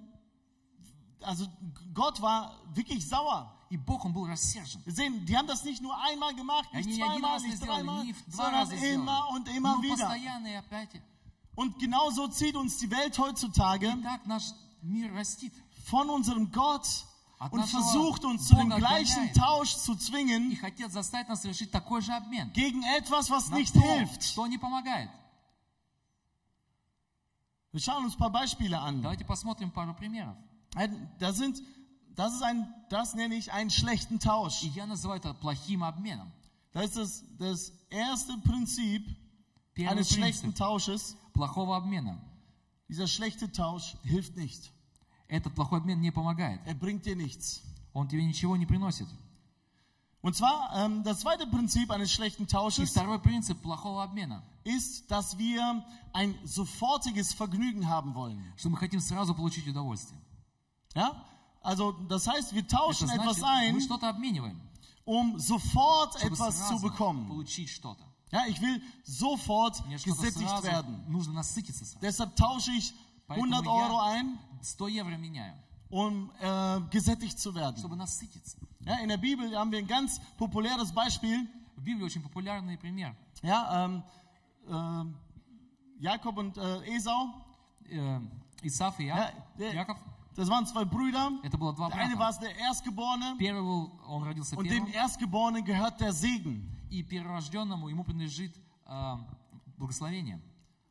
[SPEAKER 1] also Gott war wirklich sauer.
[SPEAKER 2] И Бог, он был рассержен.
[SPEAKER 1] Wir sehen, die haben das nicht nur einmal gemacht,
[SPEAKER 2] И Они
[SPEAKER 1] nicht
[SPEAKER 2] не один
[SPEAKER 1] zweimal,
[SPEAKER 2] раз это
[SPEAKER 1] nicht
[SPEAKER 2] сделали,
[SPEAKER 1] dreimal,
[SPEAKER 2] не в два
[SPEAKER 1] sondern
[SPEAKER 2] раза
[SPEAKER 1] immer
[SPEAKER 2] сделали.
[SPEAKER 1] und immer
[SPEAKER 2] но
[SPEAKER 1] wieder.
[SPEAKER 2] постоянно и опять. И
[SPEAKER 1] Und genauso zieht uns die Welt heutzutage
[SPEAKER 2] так наш мир растит.
[SPEAKER 1] von unserem Gott
[SPEAKER 2] От
[SPEAKER 1] und
[SPEAKER 2] нашего
[SPEAKER 1] versucht uns zu dem
[SPEAKER 2] Бога
[SPEAKER 1] gleichen
[SPEAKER 2] отгоняет.
[SPEAKER 1] Tausch zu
[SPEAKER 2] И
[SPEAKER 1] zwingen
[SPEAKER 2] хотят заставить нас совершить такой же обмен.
[SPEAKER 1] gegen etwas, was
[SPEAKER 2] на
[SPEAKER 1] nicht
[SPEAKER 2] то,
[SPEAKER 1] hilft.
[SPEAKER 2] что не помогает.
[SPEAKER 1] Wir schauen uns ein paar Beispiele an.
[SPEAKER 2] Давайте посмотрим пару примеров.
[SPEAKER 1] Ein- Äh, Da sind, das, ist ein, das nenne ich einen schlechten
[SPEAKER 2] И
[SPEAKER 1] Tausch.
[SPEAKER 2] я называю это плохим обменом.
[SPEAKER 1] Das ist das, das erste Prinzip
[SPEAKER 2] Первый
[SPEAKER 1] eines schlechten
[SPEAKER 2] принцип
[SPEAKER 1] Tausches.
[SPEAKER 2] плохого обмена.
[SPEAKER 1] Dieser schlechte Tausch hilft nicht.
[SPEAKER 2] Этот плохой обмен не помогает.
[SPEAKER 1] Er bringt dir nichts.
[SPEAKER 2] Он тебе ничего не приносит.
[SPEAKER 1] Und zwar, ähm, das zweite Prinzip eines schlechten
[SPEAKER 2] И
[SPEAKER 1] Tausches
[SPEAKER 2] второй принцип плохого обмена,
[SPEAKER 1] ist, dass wir ein sofortiges Vergnügen haben wollen.
[SPEAKER 2] что мы хотим сразу получить удовольствие.
[SPEAKER 1] Ja? Also, das heißt, wir
[SPEAKER 2] Это
[SPEAKER 1] tauschen etwas
[SPEAKER 2] значит,
[SPEAKER 1] ein,
[SPEAKER 2] мы что-то обмениваем,
[SPEAKER 1] um sofort
[SPEAKER 2] чтобы
[SPEAKER 1] etwas zu
[SPEAKER 2] сразу
[SPEAKER 1] bekommen.
[SPEAKER 2] получить что-то.
[SPEAKER 1] Ja, ich will sofort
[SPEAKER 2] Мне что-то
[SPEAKER 1] gesättigt
[SPEAKER 2] сразу
[SPEAKER 1] werden.
[SPEAKER 2] нужно насытиться сразу.
[SPEAKER 1] Deshalb tausche ich 100
[SPEAKER 2] Поэтому я-
[SPEAKER 1] Euro ein,
[SPEAKER 2] 100 евро меняю,
[SPEAKER 1] um äh, gesättigt zu werden.
[SPEAKER 2] чтобы насытиться.
[SPEAKER 1] Ja, in der Bibel haben wir ein ganz populäres Beispiel.
[SPEAKER 2] В Библии очень популярный пример.
[SPEAKER 1] Ja, ähm, ähm, Jakob und äh, Esau,
[SPEAKER 2] Э, Исаф и Я-
[SPEAKER 1] Да, э,
[SPEAKER 2] Яков.
[SPEAKER 1] das waren zwei Brüder.
[SPEAKER 2] Это было два
[SPEAKER 1] Der eine war es
[SPEAKER 2] брата.
[SPEAKER 1] der Erstgeborene
[SPEAKER 2] Первый был, он родился
[SPEAKER 1] und dem
[SPEAKER 2] первым,
[SPEAKER 1] Erstgeborenen gehört der Segen.
[SPEAKER 2] и перворожденному ему принадлежит э, благословение.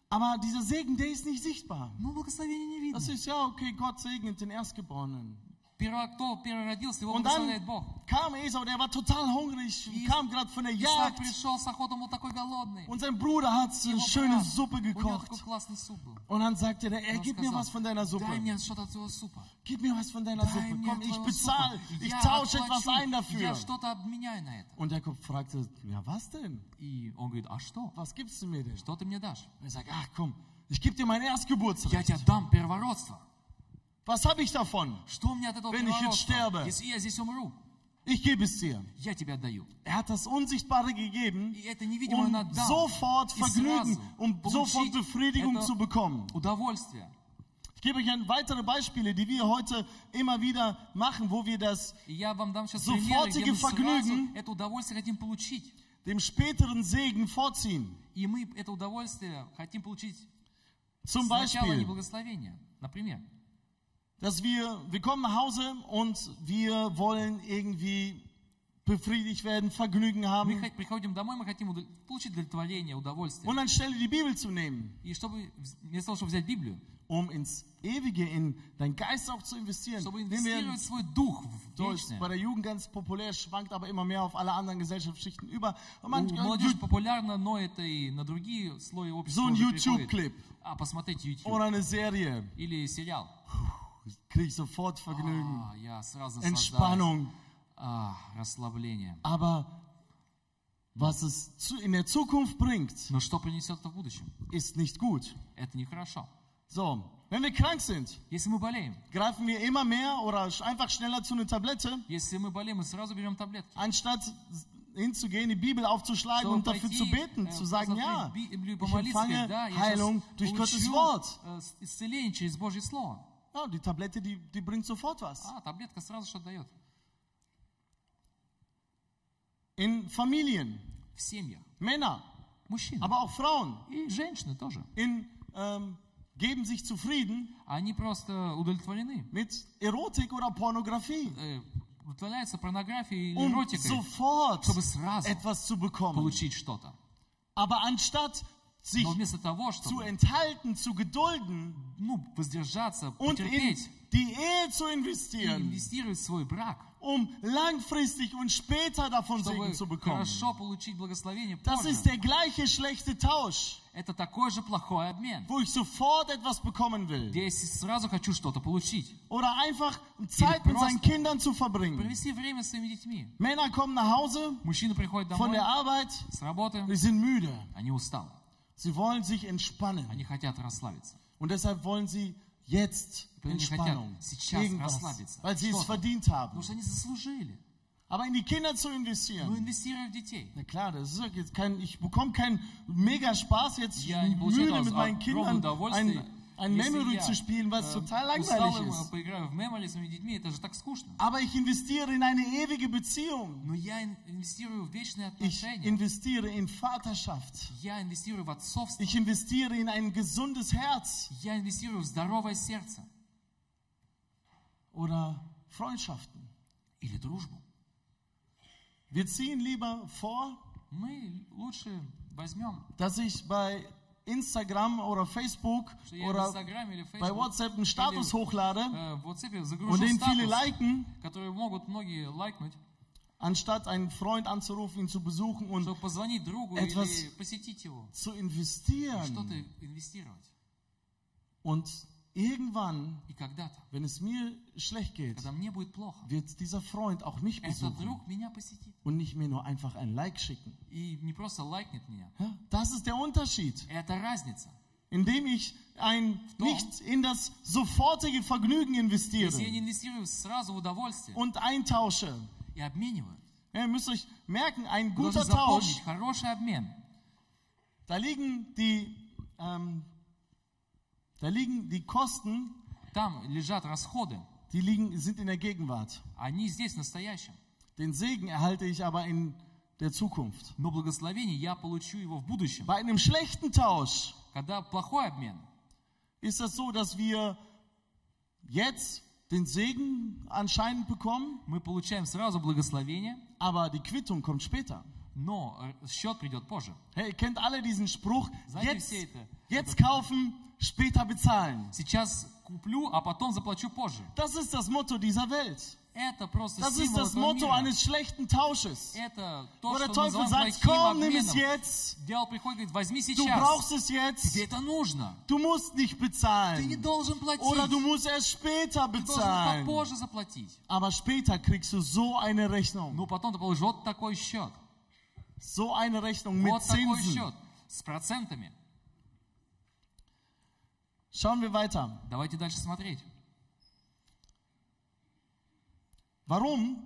[SPEAKER 1] Aber dieser Segen, der ist nicht sichtbar.
[SPEAKER 2] Но благословение не видно.
[SPEAKER 1] Das ist ja okay, Gott segnet den Erstgeborenen.
[SPEAKER 2] Первый, а кто первый родился, его
[SPEAKER 1] Und dann
[SPEAKER 2] благословляет Бог.
[SPEAKER 1] kam Esau, der war total hungrig,
[SPEAKER 2] Ist-
[SPEAKER 1] kam gerade von der
[SPEAKER 2] Исаак
[SPEAKER 1] Jagd
[SPEAKER 2] пришел с охотом, он такой голодный.
[SPEAKER 1] und sein Bruder hat so
[SPEAKER 2] Его
[SPEAKER 1] eine schöne
[SPEAKER 2] брат,
[SPEAKER 1] Suppe
[SPEAKER 2] У него такой
[SPEAKER 1] gekocht.
[SPEAKER 2] классный суп был.
[SPEAKER 1] Und dann sagte der, ey,
[SPEAKER 2] Он
[SPEAKER 1] gib mir
[SPEAKER 2] сказал,
[SPEAKER 1] was von deiner Suppe.
[SPEAKER 2] Дай мне что-то от твоего супа.
[SPEAKER 1] Gib mir was von deiner
[SPEAKER 2] Дай
[SPEAKER 1] Suppe.
[SPEAKER 2] мне
[SPEAKER 1] Komm, ich
[SPEAKER 2] твоего
[SPEAKER 1] bezahle,
[SPEAKER 2] супа.
[SPEAKER 1] ich
[SPEAKER 2] Я
[SPEAKER 1] tausche
[SPEAKER 2] отплачу,
[SPEAKER 1] etwas ein
[SPEAKER 2] Я
[SPEAKER 1] dafür.
[SPEAKER 2] что-то обменяю на это.
[SPEAKER 1] Und Jakob fragte, ja was denn?
[SPEAKER 2] И он говорит, а что?
[SPEAKER 1] Was gibst du mir denn? Und
[SPEAKER 2] Что ты мне дашь?
[SPEAKER 1] er sagt, ach komm, ich gebe dir mein
[SPEAKER 2] Я
[SPEAKER 1] Erstgeburtsrecht.
[SPEAKER 2] тебе дам первородство.
[SPEAKER 1] Was habe ich davon?
[SPEAKER 2] Что мне от этого
[SPEAKER 1] Wenn ich jetzt
[SPEAKER 2] первородства?
[SPEAKER 1] sterbe.
[SPEAKER 2] Если я здесь умру,
[SPEAKER 1] Ich gebe es dir.
[SPEAKER 2] я тебе отдаю.
[SPEAKER 1] Er hat das Unsichtbare gegeben,
[SPEAKER 2] И это невидимое
[SPEAKER 1] um
[SPEAKER 2] он отдал.
[SPEAKER 1] sofort
[SPEAKER 2] И сразу
[SPEAKER 1] Vergnügen, um sofort
[SPEAKER 2] получить
[SPEAKER 1] Befriedigung
[SPEAKER 2] это
[SPEAKER 1] zu bekommen.
[SPEAKER 2] удовольствие.
[SPEAKER 1] Ich gebe euch ein- weitere Beispiele, die wir heute immer wieder machen, wo wir das
[SPEAKER 2] И я вам дам сейчас примеры, где мы
[SPEAKER 1] Sofortige
[SPEAKER 2] сразу
[SPEAKER 1] Vergnügen.
[SPEAKER 2] это удовольствие хотим получить.
[SPEAKER 1] dem späteren Segen vorziehen.
[SPEAKER 2] И мы это удовольствие хотим получить
[SPEAKER 1] Zum
[SPEAKER 2] сначала не
[SPEAKER 1] Beispiel,
[SPEAKER 2] благословения. Например,
[SPEAKER 1] dass wir, wir kommen nach Hause und wir wollen irgendwie befriedigt werden, Vergnügen
[SPEAKER 2] мы
[SPEAKER 1] haben.
[SPEAKER 2] хо- приходим домой, мы хотим удо- получить удовлетворение, удовольствие.
[SPEAKER 1] Und anstelle die Bibel zu nehmen,
[SPEAKER 2] И чтобы, вз- вместо того, чтобы взять Библию,
[SPEAKER 1] um ins Ewige, in deinen Geist auch zu investieren,
[SPEAKER 2] чтобы
[SPEAKER 1] nehmen wir
[SPEAKER 2] инвестировать свой дух в
[SPEAKER 1] so ist bei
[SPEAKER 2] вечное.
[SPEAKER 1] der Jugend ganz populär, schwankt aber immer mehr auf alle anderen Gesellschaftsschichten über. Und
[SPEAKER 2] У
[SPEAKER 1] manchmal
[SPEAKER 2] молодежи популярно, но это и на другие слои общества
[SPEAKER 1] so ein
[SPEAKER 2] уже переходит.
[SPEAKER 1] YouTube-Clip
[SPEAKER 2] А, посмотреть YouTube
[SPEAKER 1] oder eine Serie,
[SPEAKER 2] или сериал.
[SPEAKER 1] kriege ich sofort Vergnügen,
[SPEAKER 2] А, я сразу наслаждаюсь.
[SPEAKER 1] Entspannung.
[SPEAKER 2] А, расслабление.
[SPEAKER 1] Aber was es zu, in der Zukunft bringt,
[SPEAKER 2] Но что принесет это в будущем?
[SPEAKER 1] ist nicht gut.
[SPEAKER 2] Это нехорошо.
[SPEAKER 1] So, wenn wir krank sind,
[SPEAKER 2] Если мы болеем,
[SPEAKER 1] greifen wir immer mehr oder sch- einfach schneller zu einer Tablette,
[SPEAKER 2] если мы болеем, мы сразу берем таблетки.
[SPEAKER 1] anstatt hinzugehen, die Bibel aufzuschlagen
[SPEAKER 2] Чтобы
[SPEAKER 1] und um dafür
[SPEAKER 2] пойти,
[SPEAKER 1] zu beten,
[SPEAKER 2] э,
[SPEAKER 1] zu sagen, ja,
[SPEAKER 2] посмотреть Библию,
[SPEAKER 1] ich
[SPEAKER 2] помолиться,
[SPEAKER 1] empfange
[SPEAKER 2] сказать, да, я
[SPEAKER 1] Heilung
[SPEAKER 2] сейчас
[SPEAKER 1] durch Gottes
[SPEAKER 2] получу
[SPEAKER 1] Wort.
[SPEAKER 2] э, с- исцеление через Божье Слово.
[SPEAKER 1] Ja, die Tablette, die, die bringt sofort was.
[SPEAKER 2] А, таблетка сразу что дает.
[SPEAKER 1] In Familien,
[SPEAKER 2] В семьях.
[SPEAKER 1] Männer,
[SPEAKER 2] Мужчины.
[SPEAKER 1] aber auch Frauen,
[SPEAKER 2] И женщины тоже.
[SPEAKER 1] in, ähm, geben sich zufrieden
[SPEAKER 2] Они просто удовлетворены.
[SPEAKER 1] mit Erotik oder Pornografie,
[SPEAKER 2] Э, удовлетворяются порнографией или
[SPEAKER 1] um
[SPEAKER 2] эротикой,
[SPEAKER 1] sofort
[SPEAKER 2] чтобы сразу
[SPEAKER 1] etwas zu bekommen.
[SPEAKER 2] получить что-то.
[SPEAKER 1] Aber anstatt sich
[SPEAKER 2] Но вместо того,
[SPEAKER 1] zu
[SPEAKER 2] чтобы
[SPEAKER 1] enthalten, zu gedulden
[SPEAKER 2] ну, воздержаться,
[SPEAKER 1] und in
[SPEAKER 2] потерпеть,
[SPEAKER 1] die Ehe zu
[SPEAKER 2] и
[SPEAKER 1] investieren,
[SPEAKER 2] инвестировать в свой брак,
[SPEAKER 1] um langfristig und später davon
[SPEAKER 2] чтобы
[SPEAKER 1] Segen zu bekommen.
[SPEAKER 2] хорошо получить благословение
[SPEAKER 1] Das
[SPEAKER 2] позже.
[SPEAKER 1] ist der gleiche schlechte Tausch,
[SPEAKER 2] Это такой же плохой обмен.
[SPEAKER 1] wo ich sofort etwas bekommen will.
[SPEAKER 2] Я если сразу хочу что-то получить.
[SPEAKER 1] Oder einfach Zeit mit seinen Kindern zu verbringen.
[SPEAKER 2] Провести время с своими детьми.
[SPEAKER 1] Männer kommen nach Hause
[SPEAKER 2] Мужчина приходит
[SPEAKER 1] von
[SPEAKER 2] домой
[SPEAKER 1] der Arbeit,
[SPEAKER 2] с работы,
[SPEAKER 1] sie sind müde.
[SPEAKER 2] они усталы.
[SPEAKER 1] Sie wollen sich entspannen.
[SPEAKER 2] Они хотят расслабиться.
[SPEAKER 1] Und deshalb wollen sie jetzt
[SPEAKER 2] Они хотят
[SPEAKER 1] Entspannung.
[SPEAKER 2] сейчас
[SPEAKER 1] Irgendwas,
[SPEAKER 2] расслабиться.
[SPEAKER 1] weil sie es
[SPEAKER 2] Что-то.
[SPEAKER 1] verdient haben.
[SPEAKER 2] Потому что они заслужили.
[SPEAKER 1] Aber in die Kinder zu
[SPEAKER 2] Мы
[SPEAKER 1] investieren.
[SPEAKER 2] инвестируем в детей.
[SPEAKER 1] Na klar, das ist doch jetzt kein, ich bekomme keinen mega Spaß jetzt
[SPEAKER 2] Я не получаю
[SPEAKER 1] müde mit
[SPEAKER 2] удовольствия,
[SPEAKER 1] meinen
[SPEAKER 2] огромное
[SPEAKER 1] Kindern
[SPEAKER 2] удовольствие,
[SPEAKER 1] ein, ein
[SPEAKER 2] если
[SPEAKER 1] Memory
[SPEAKER 2] я,
[SPEAKER 1] zu spielen, was
[SPEAKER 2] э,
[SPEAKER 1] total
[SPEAKER 2] устал,
[SPEAKER 1] langweilig
[SPEAKER 2] э,
[SPEAKER 1] ist.
[SPEAKER 2] поиграю в memory с моими детьми, это же так скучно.
[SPEAKER 1] Aber ich investiere in eine ewige Beziehung.
[SPEAKER 2] Но я ин- инвестирую в вечные
[SPEAKER 1] Ich
[SPEAKER 2] отношения.
[SPEAKER 1] investiere in Vaterschaft.
[SPEAKER 2] Я инвестирую в отцовство.
[SPEAKER 1] Ich investiere in ein gesundes Herz
[SPEAKER 2] Я инвестирую в здоровое сердце
[SPEAKER 1] oder Freundschaften.
[SPEAKER 2] или дружбу.
[SPEAKER 1] Wir ziehen lieber vor,
[SPEAKER 2] Мы лучше возьмем,
[SPEAKER 1] dass ich bei Instagram oder Facebook
[SPEAKER 2] что я в
[SPEAKER 1] oder
[SPEAKER 2] Инстаграме или в
[SPEAKER 1] bei
[SPEAKER 2] Фейсбуке,
[SPEAKER 1] WhatsApp einen Status hochlade
[SPEAKER 2] э, в WhatsApp загружу
[SPEAKER 1] und den viele
[SPEAKER 2] статус,
[SPEAKER 1] liken,
[SPEAKER 2] который могут многие лайкнуть,
[SPEAKER 1] anstatt einen Freund anzurufen, ihn zu besuchen und
[SPEAKER 2] чтобы позвонить другу
[SPEAKER 1] Etwas-
[SPEAKER 2] или посетить его.
[SPEAKER 1] zu
[SPEAKER 2] Что-то
[SPEAKER 1] investieren.
[SPEAKER 2] инвестировать.
[SPEAKER 1] Und irgendwann,
[SPEAKER 2] И когда-то,
[SPEAKER 1] wenn es mir schlecht geht,
[SPEAKER 2] когда мне будет плохо,
[SPEAKER 1] wird dieser Freund auch mich
[SPEAKER 2] этот
[SPEAKER 1] besuchen
[SPEAKER 2] друг меня посетит.
[SPEAKER 1] und nicht mir nur einfach ein Like schicken.
[SPEAKER 2] И не просто лайкнет меня.
[SPEAKER 1] Ja, Das ist der Unterschied,
[SPEAKER 2] Это разница.
[SPEAKER 1] indem ich ein nicht in das sofortige Vergnügen investiere
[SPEAKER 2] Если я не инвестирую сразу в удовольствие
[SPEAKER 1] und eintausche.
[SPEAKER 2] и обмениваю,
[SPEAKER 1] Ja, ihr müsst euch merken, ein
[SPEAKER 2] Вы должны
[SPEAKER 1] guter
[SPEAKER 2] запомнить,
[SPEAKER 1] Tausch,
[SPEAKER 2] хороший обмен.
[SPEAKER 1] da liegen die, ähm, da liegen die Kosten,
[SPEAKER 2] Там лежат расходы.
[SPEAKER 1] die liegen, sind in der Gegenwart.
[SPEAKER 2] Они здесь, в настоящем.
[SPEAKER 1] Den Segen erhalte ich aber in der Zukunft.
[SPEAKER 2] Но благословение я получу его в будущем.
[SPEAKER 1] Bei einem schlechten Tausch
[SPEAKER 2] Когда плохой обмен,
[SPEAKER 1] ist das so, dass wir jetzt den Segen anscheinend bekommen,
[SPEAKER 2] мы получаем сразу благословение,
[SPEAKER 1] aber die Quittung kommt später.
[SPEAKER 2] но э, счет придет позже.
[SPEAKER 1] Hey, ihr kennt alle diesen Spruch,
[SPEAKER 2] Seid ihr
[SPEAKER 1] jetzt,
[SPEAKER 2] Seete?
[SPEAKER 1] jetzt kaufen, später bezahlen.
[SPEAKER 2] Сейчас куплю, а потом заплачу позже.
[SPEAKER 1] Das ist das Motto dieser Welt.
[SPEAKER 2] Это просто
[SPEAKER 1] Das ist
[SPEAKER 2] символ
[SPEAKER 1] das
[SPEAKER 2] этого
[SPEAKER 1] Motto
[SPEAKER 2] мира.
[SPEAKER 1] eines schlechten Tausches.
[SPEAKER 2] Это
[SPEAKER 1] Wo
[SPEAKER 2] то,
[SPEAKER 1] der
[SPEAKER 2] что
[SPEAKER 1] Teufel
[SPEAKER 2] называют
[SPEAKER 1] sagt,
[SPEAKER 2] плохим
[SPEAKER 1] komm, nimm es
[SPEAKER 2] обменом.
[SPEAKER 1] jetzt.
[SPEAKER 2] Дьявол приходит и говорит, возьми
[SPEAKER 1] Du
[SPEAKER 2] сейчас.
[SPEAKER 1] brauchst es
[SPEAKER 2] Тебе
[SPEAKER 1] jetzt.
[SPEAKER 2] это нужно.
[SPEAKER 1] Du musst nicht
[SPEAKER 2] Ты не
[SPEAKER 1] bezahlen.
[SPEAKER 2] должен платить.
[SPEAKER 1] Oder du
[SPEAKER 2] Ты
[SPEAKER 1] musst erst später
[SPEAKER 2] должен как
[SPEAKER 1] bezahlen.
[SPEAKER 2] позже заплатить.
[SPEAKER 1] Aber später kriegst du so eine Rechnung.
[SPEAKER 2] Но потом ты получишь вот такой счет.
[SPEAKER 1] So eine Rechnung mit
[SPEAKER 2] Вот такой
[SPEAKER 1] Zinsen.
[SPEAKER 2] счет. С процентами.
[SPEAKER 1] Schauen wir weiter.
[SPEAKER 2] Давайте дальше смотреть.
[SPEAKER 1] Warum?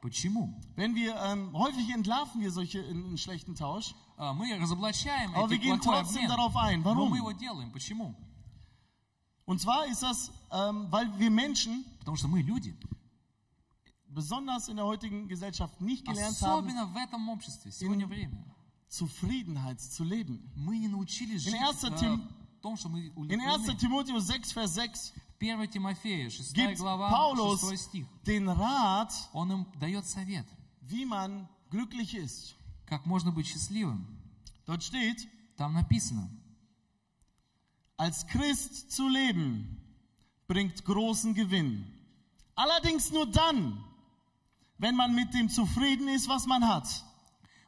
[SPEAKER 2] Почему?
[SPEAKER 1] Wenn wir, ähm, häufig entlarven wir solche in, in schlechten Tausch,
[SPEAKER 2] А, Мы разоблачаем
[SPEAKER 1] aber wir
[SPEAKER 2] этот
[SPEAKER 1] gehen
[SPEAKER 2] плохой
[SPEAKER 1] trotzdem
[SPEAKER 2] обмен.
[SPEAKER 1] darauf ein.
[SPEAKER 2] Но
[SPEAKER 1] Warum?
[SPEAKER 2] мы его делаем. Почему?
[SPEAKER 1] Und zwar ist das, ähm, weil wir Menschen,
[SPEAKER 2] Потому что мы люди.
[SPEAKER 1] besonders in der heutigen Gesellschaft, nicht gelernt haben,
[SPEAKER 2] Особенно в этом обществе. Сегодня время.
[SPEAKER 1] Zufriedenheit zu leben.
[SPEAKER 2] Мы не научились
[SPEAKER 1] In
[SPEAKER 2] жить
[SPEAKER 1] erster
[SPEAKER 2] э,
[SPEAKER 1] Tim-
[SPEAKER 2] в том, что мы
[SPEAKER 1] In 1.
[SPEAKER 2] уверены.
[SPEAKER 1] Timotheus 6, Vers 6
[SPEAKER 2] 1 Тимофея, 6
[SPEAKER 1] gibt
[SPEAKER 2] глава,
[SPEAKER 1] Paulus
[SPEAKER 2] 6 стих.
[SPEAKER 1] den Rat,
[SPEAKER 2] Он им дает совет,
[SPEAKER 1] wie man glücklich ist.
[SPEAKER 2] как можно быть счастливым.
[SPEAKER 1] Dort steht,
[SPEAKER 2] Там написано,
[SPEAKER 1] Als Christ zu leben bringt großen Gewinn. Allerdings nur dann, wenn man mit dem zufrieden ist, was man hat.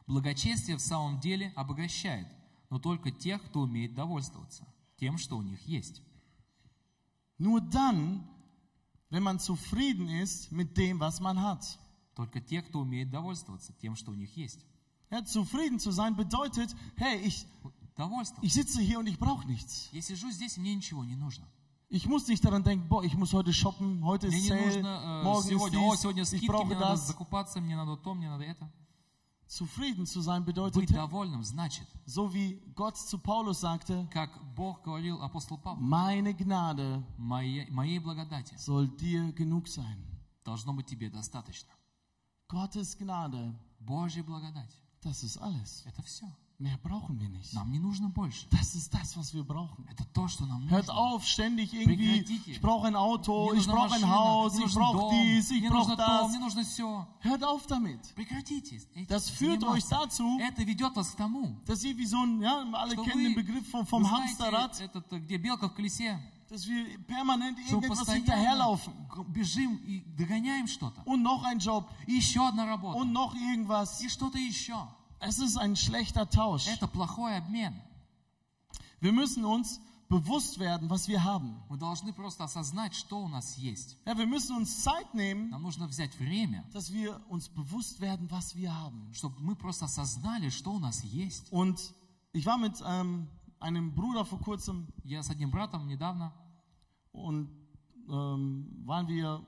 [SPEAKER 2] благочестие в самом деле обогащает, но только тех, кто умеет довольствоваться тем, что у них есть.
[SPEAKER 1] Nur dann, wenn man zufrieden ist mit dem, was man hat.
[SPEAKER 2] Только те, кто умеет довольствоваться тем, что у них есть.
[SPEAKER 1] Ja, zufrieden zu sein bedeutet, hey, ich,
[SPEAKER 2] Вот Довольство.
[SPEAKER 1] ich sitze hier und ich brauche nichts.
[SPEAKER 2] Я сижу здесь, и мне ничего не нужно.
[SPEAKER 1] Ich muss nicht daran denken, boah, ich muss heute shoppen, heute
[SPEAKER 2] Мне
[SPEAKER 1] ist
[SPEAKER 2] не
[SPEAKER 1] Sale,
[SPEAKER 2] нужно э,
[SPEAKER 1] morgen ist
[SPEAKER 2] сегодня, о, сегодня
[SPEAKER 1] dies, ich
[SPEAKER 2] скидки,
[SPEAKER 1] brauche
[SPEAKER 2] мне надо
[SPEAKER 1] das.
[SPEAKER 2] закупаться, мне надо то, мне надо это.
[SPEAKER 1] Zufrieden zu sein bedeutet,
[SPEAKER 2] Быть довольным значит,
[SPEAKER 1] so wie Gott zu Paulus sagte,
[SPEAKER 2] как Бог говорил апостол Павел,
[SPEAKER 1] meine Gnade
[SPEAKER 2] моей, моей благодати
[SPEAKER 1] soll dir genug sein.
[SPEAKER 2] должно быть тебе достаточно.
[SPEAKER 1] Gottes Gnade,
[SPEAKER 2] Божья благодать
[SPEAKER 1] das ist alles.
[SPEAKER 2] – это все.
[SPEAKER 1] Mehr brauchen wir nicht.
[SPEAKER 2] Нам не нужно больше.
[SPEAKER 1] Das ist das, was wir brauchen.
[SPEAKER 2] Это то, что нам
[SPEAKER 1] Hört
[SPEAKER 2] нужно.
[SPEAKER 1] auf, ständig irgendwie, ich brauche ein Auto,
[SPEAKER 2] Мне
[SPEAKER 1] ich
[SPEAKER 2] нужна
[SPEAKER 1] brauche ein
[SPEAKER 2] машина,
[SPEAKER 1] Haus, ich
[SPEAKER 2] мне нужен
[SPEAKER 1] brauche
[SPEAKER 2] дом,
[SPEAKER 1] dies, ich
[SPEAKER 2] мне нужно
[SPEAKER 1] brauche
[SPEAKER 2] то,
[SPEAKER 1] das.
[SPEAKER 2] мне нужно все.
[SPEAKER 1] Hört auf damit.
[SPEAKER 2] Прекратите. этим
[SPEAKER 1] Das führt euch
[SPEAKER 2] заниматься.
[SPEAKER 1] dazu,
[SPEAKER 2] Это ведет вас к тому,
[SPEAKER 1] dass ihr wie so ein, ja, alle
[SPEAKER 2] что
[SPEAKER 1] kennen
[SPEAKER 2] вы,
[SPEAKER 1] den Begriff vom,
[SPEAKER 2] вы
[SPEAKER 1] vom
[SPEAKER 2] знаете,
[SPEAKER 1] Hamsterrad,
[SPEAKER 2] этот, э, где белка в колесе,
[SPEAKER 1] dass wir permanent
[SPEAKER 2] что
[SPEAKER 1] irgendetwas
[SPEAKER 2] постоянно
[SPEAKER 1] hinterherlaufen.
[SPEAKER 2] к- бежим и догоняем что-то.
[SPEAKER 1] Und noch ein Job
[SPEAKER 2] И еще одна работа.
[SPEAKER 1] und noch irgendwas.
[SPEAKER 2] И что-то еще.
[SPEAKER 1] Es ist ein schlechter Tausch.
[SPEAKER 2] Это плохой обмен.
[SPEAKER 1] Wir müssen uns bewusst werden, was wir haben.
[SPEAKER 2] Мы должны просто осознать, что у нас есть.
[SPEAKER 1] Ja, wir müssen uns Zeit nehmen,
[SPEAKER 2] Нам нужно взять время,
[SPEAKER 1] dass wir uns bewusst werden, was wir haben.
[SPEAKER 2] чтобы мы просто осознали, что у нас есть.
[SPEAKER 1] Und ich war mit ähm, einem Bruder vor kurzem
[SPEAKER 2] Я с одним братом недавно,
[SPEAKER 1] und ähm, waren wir,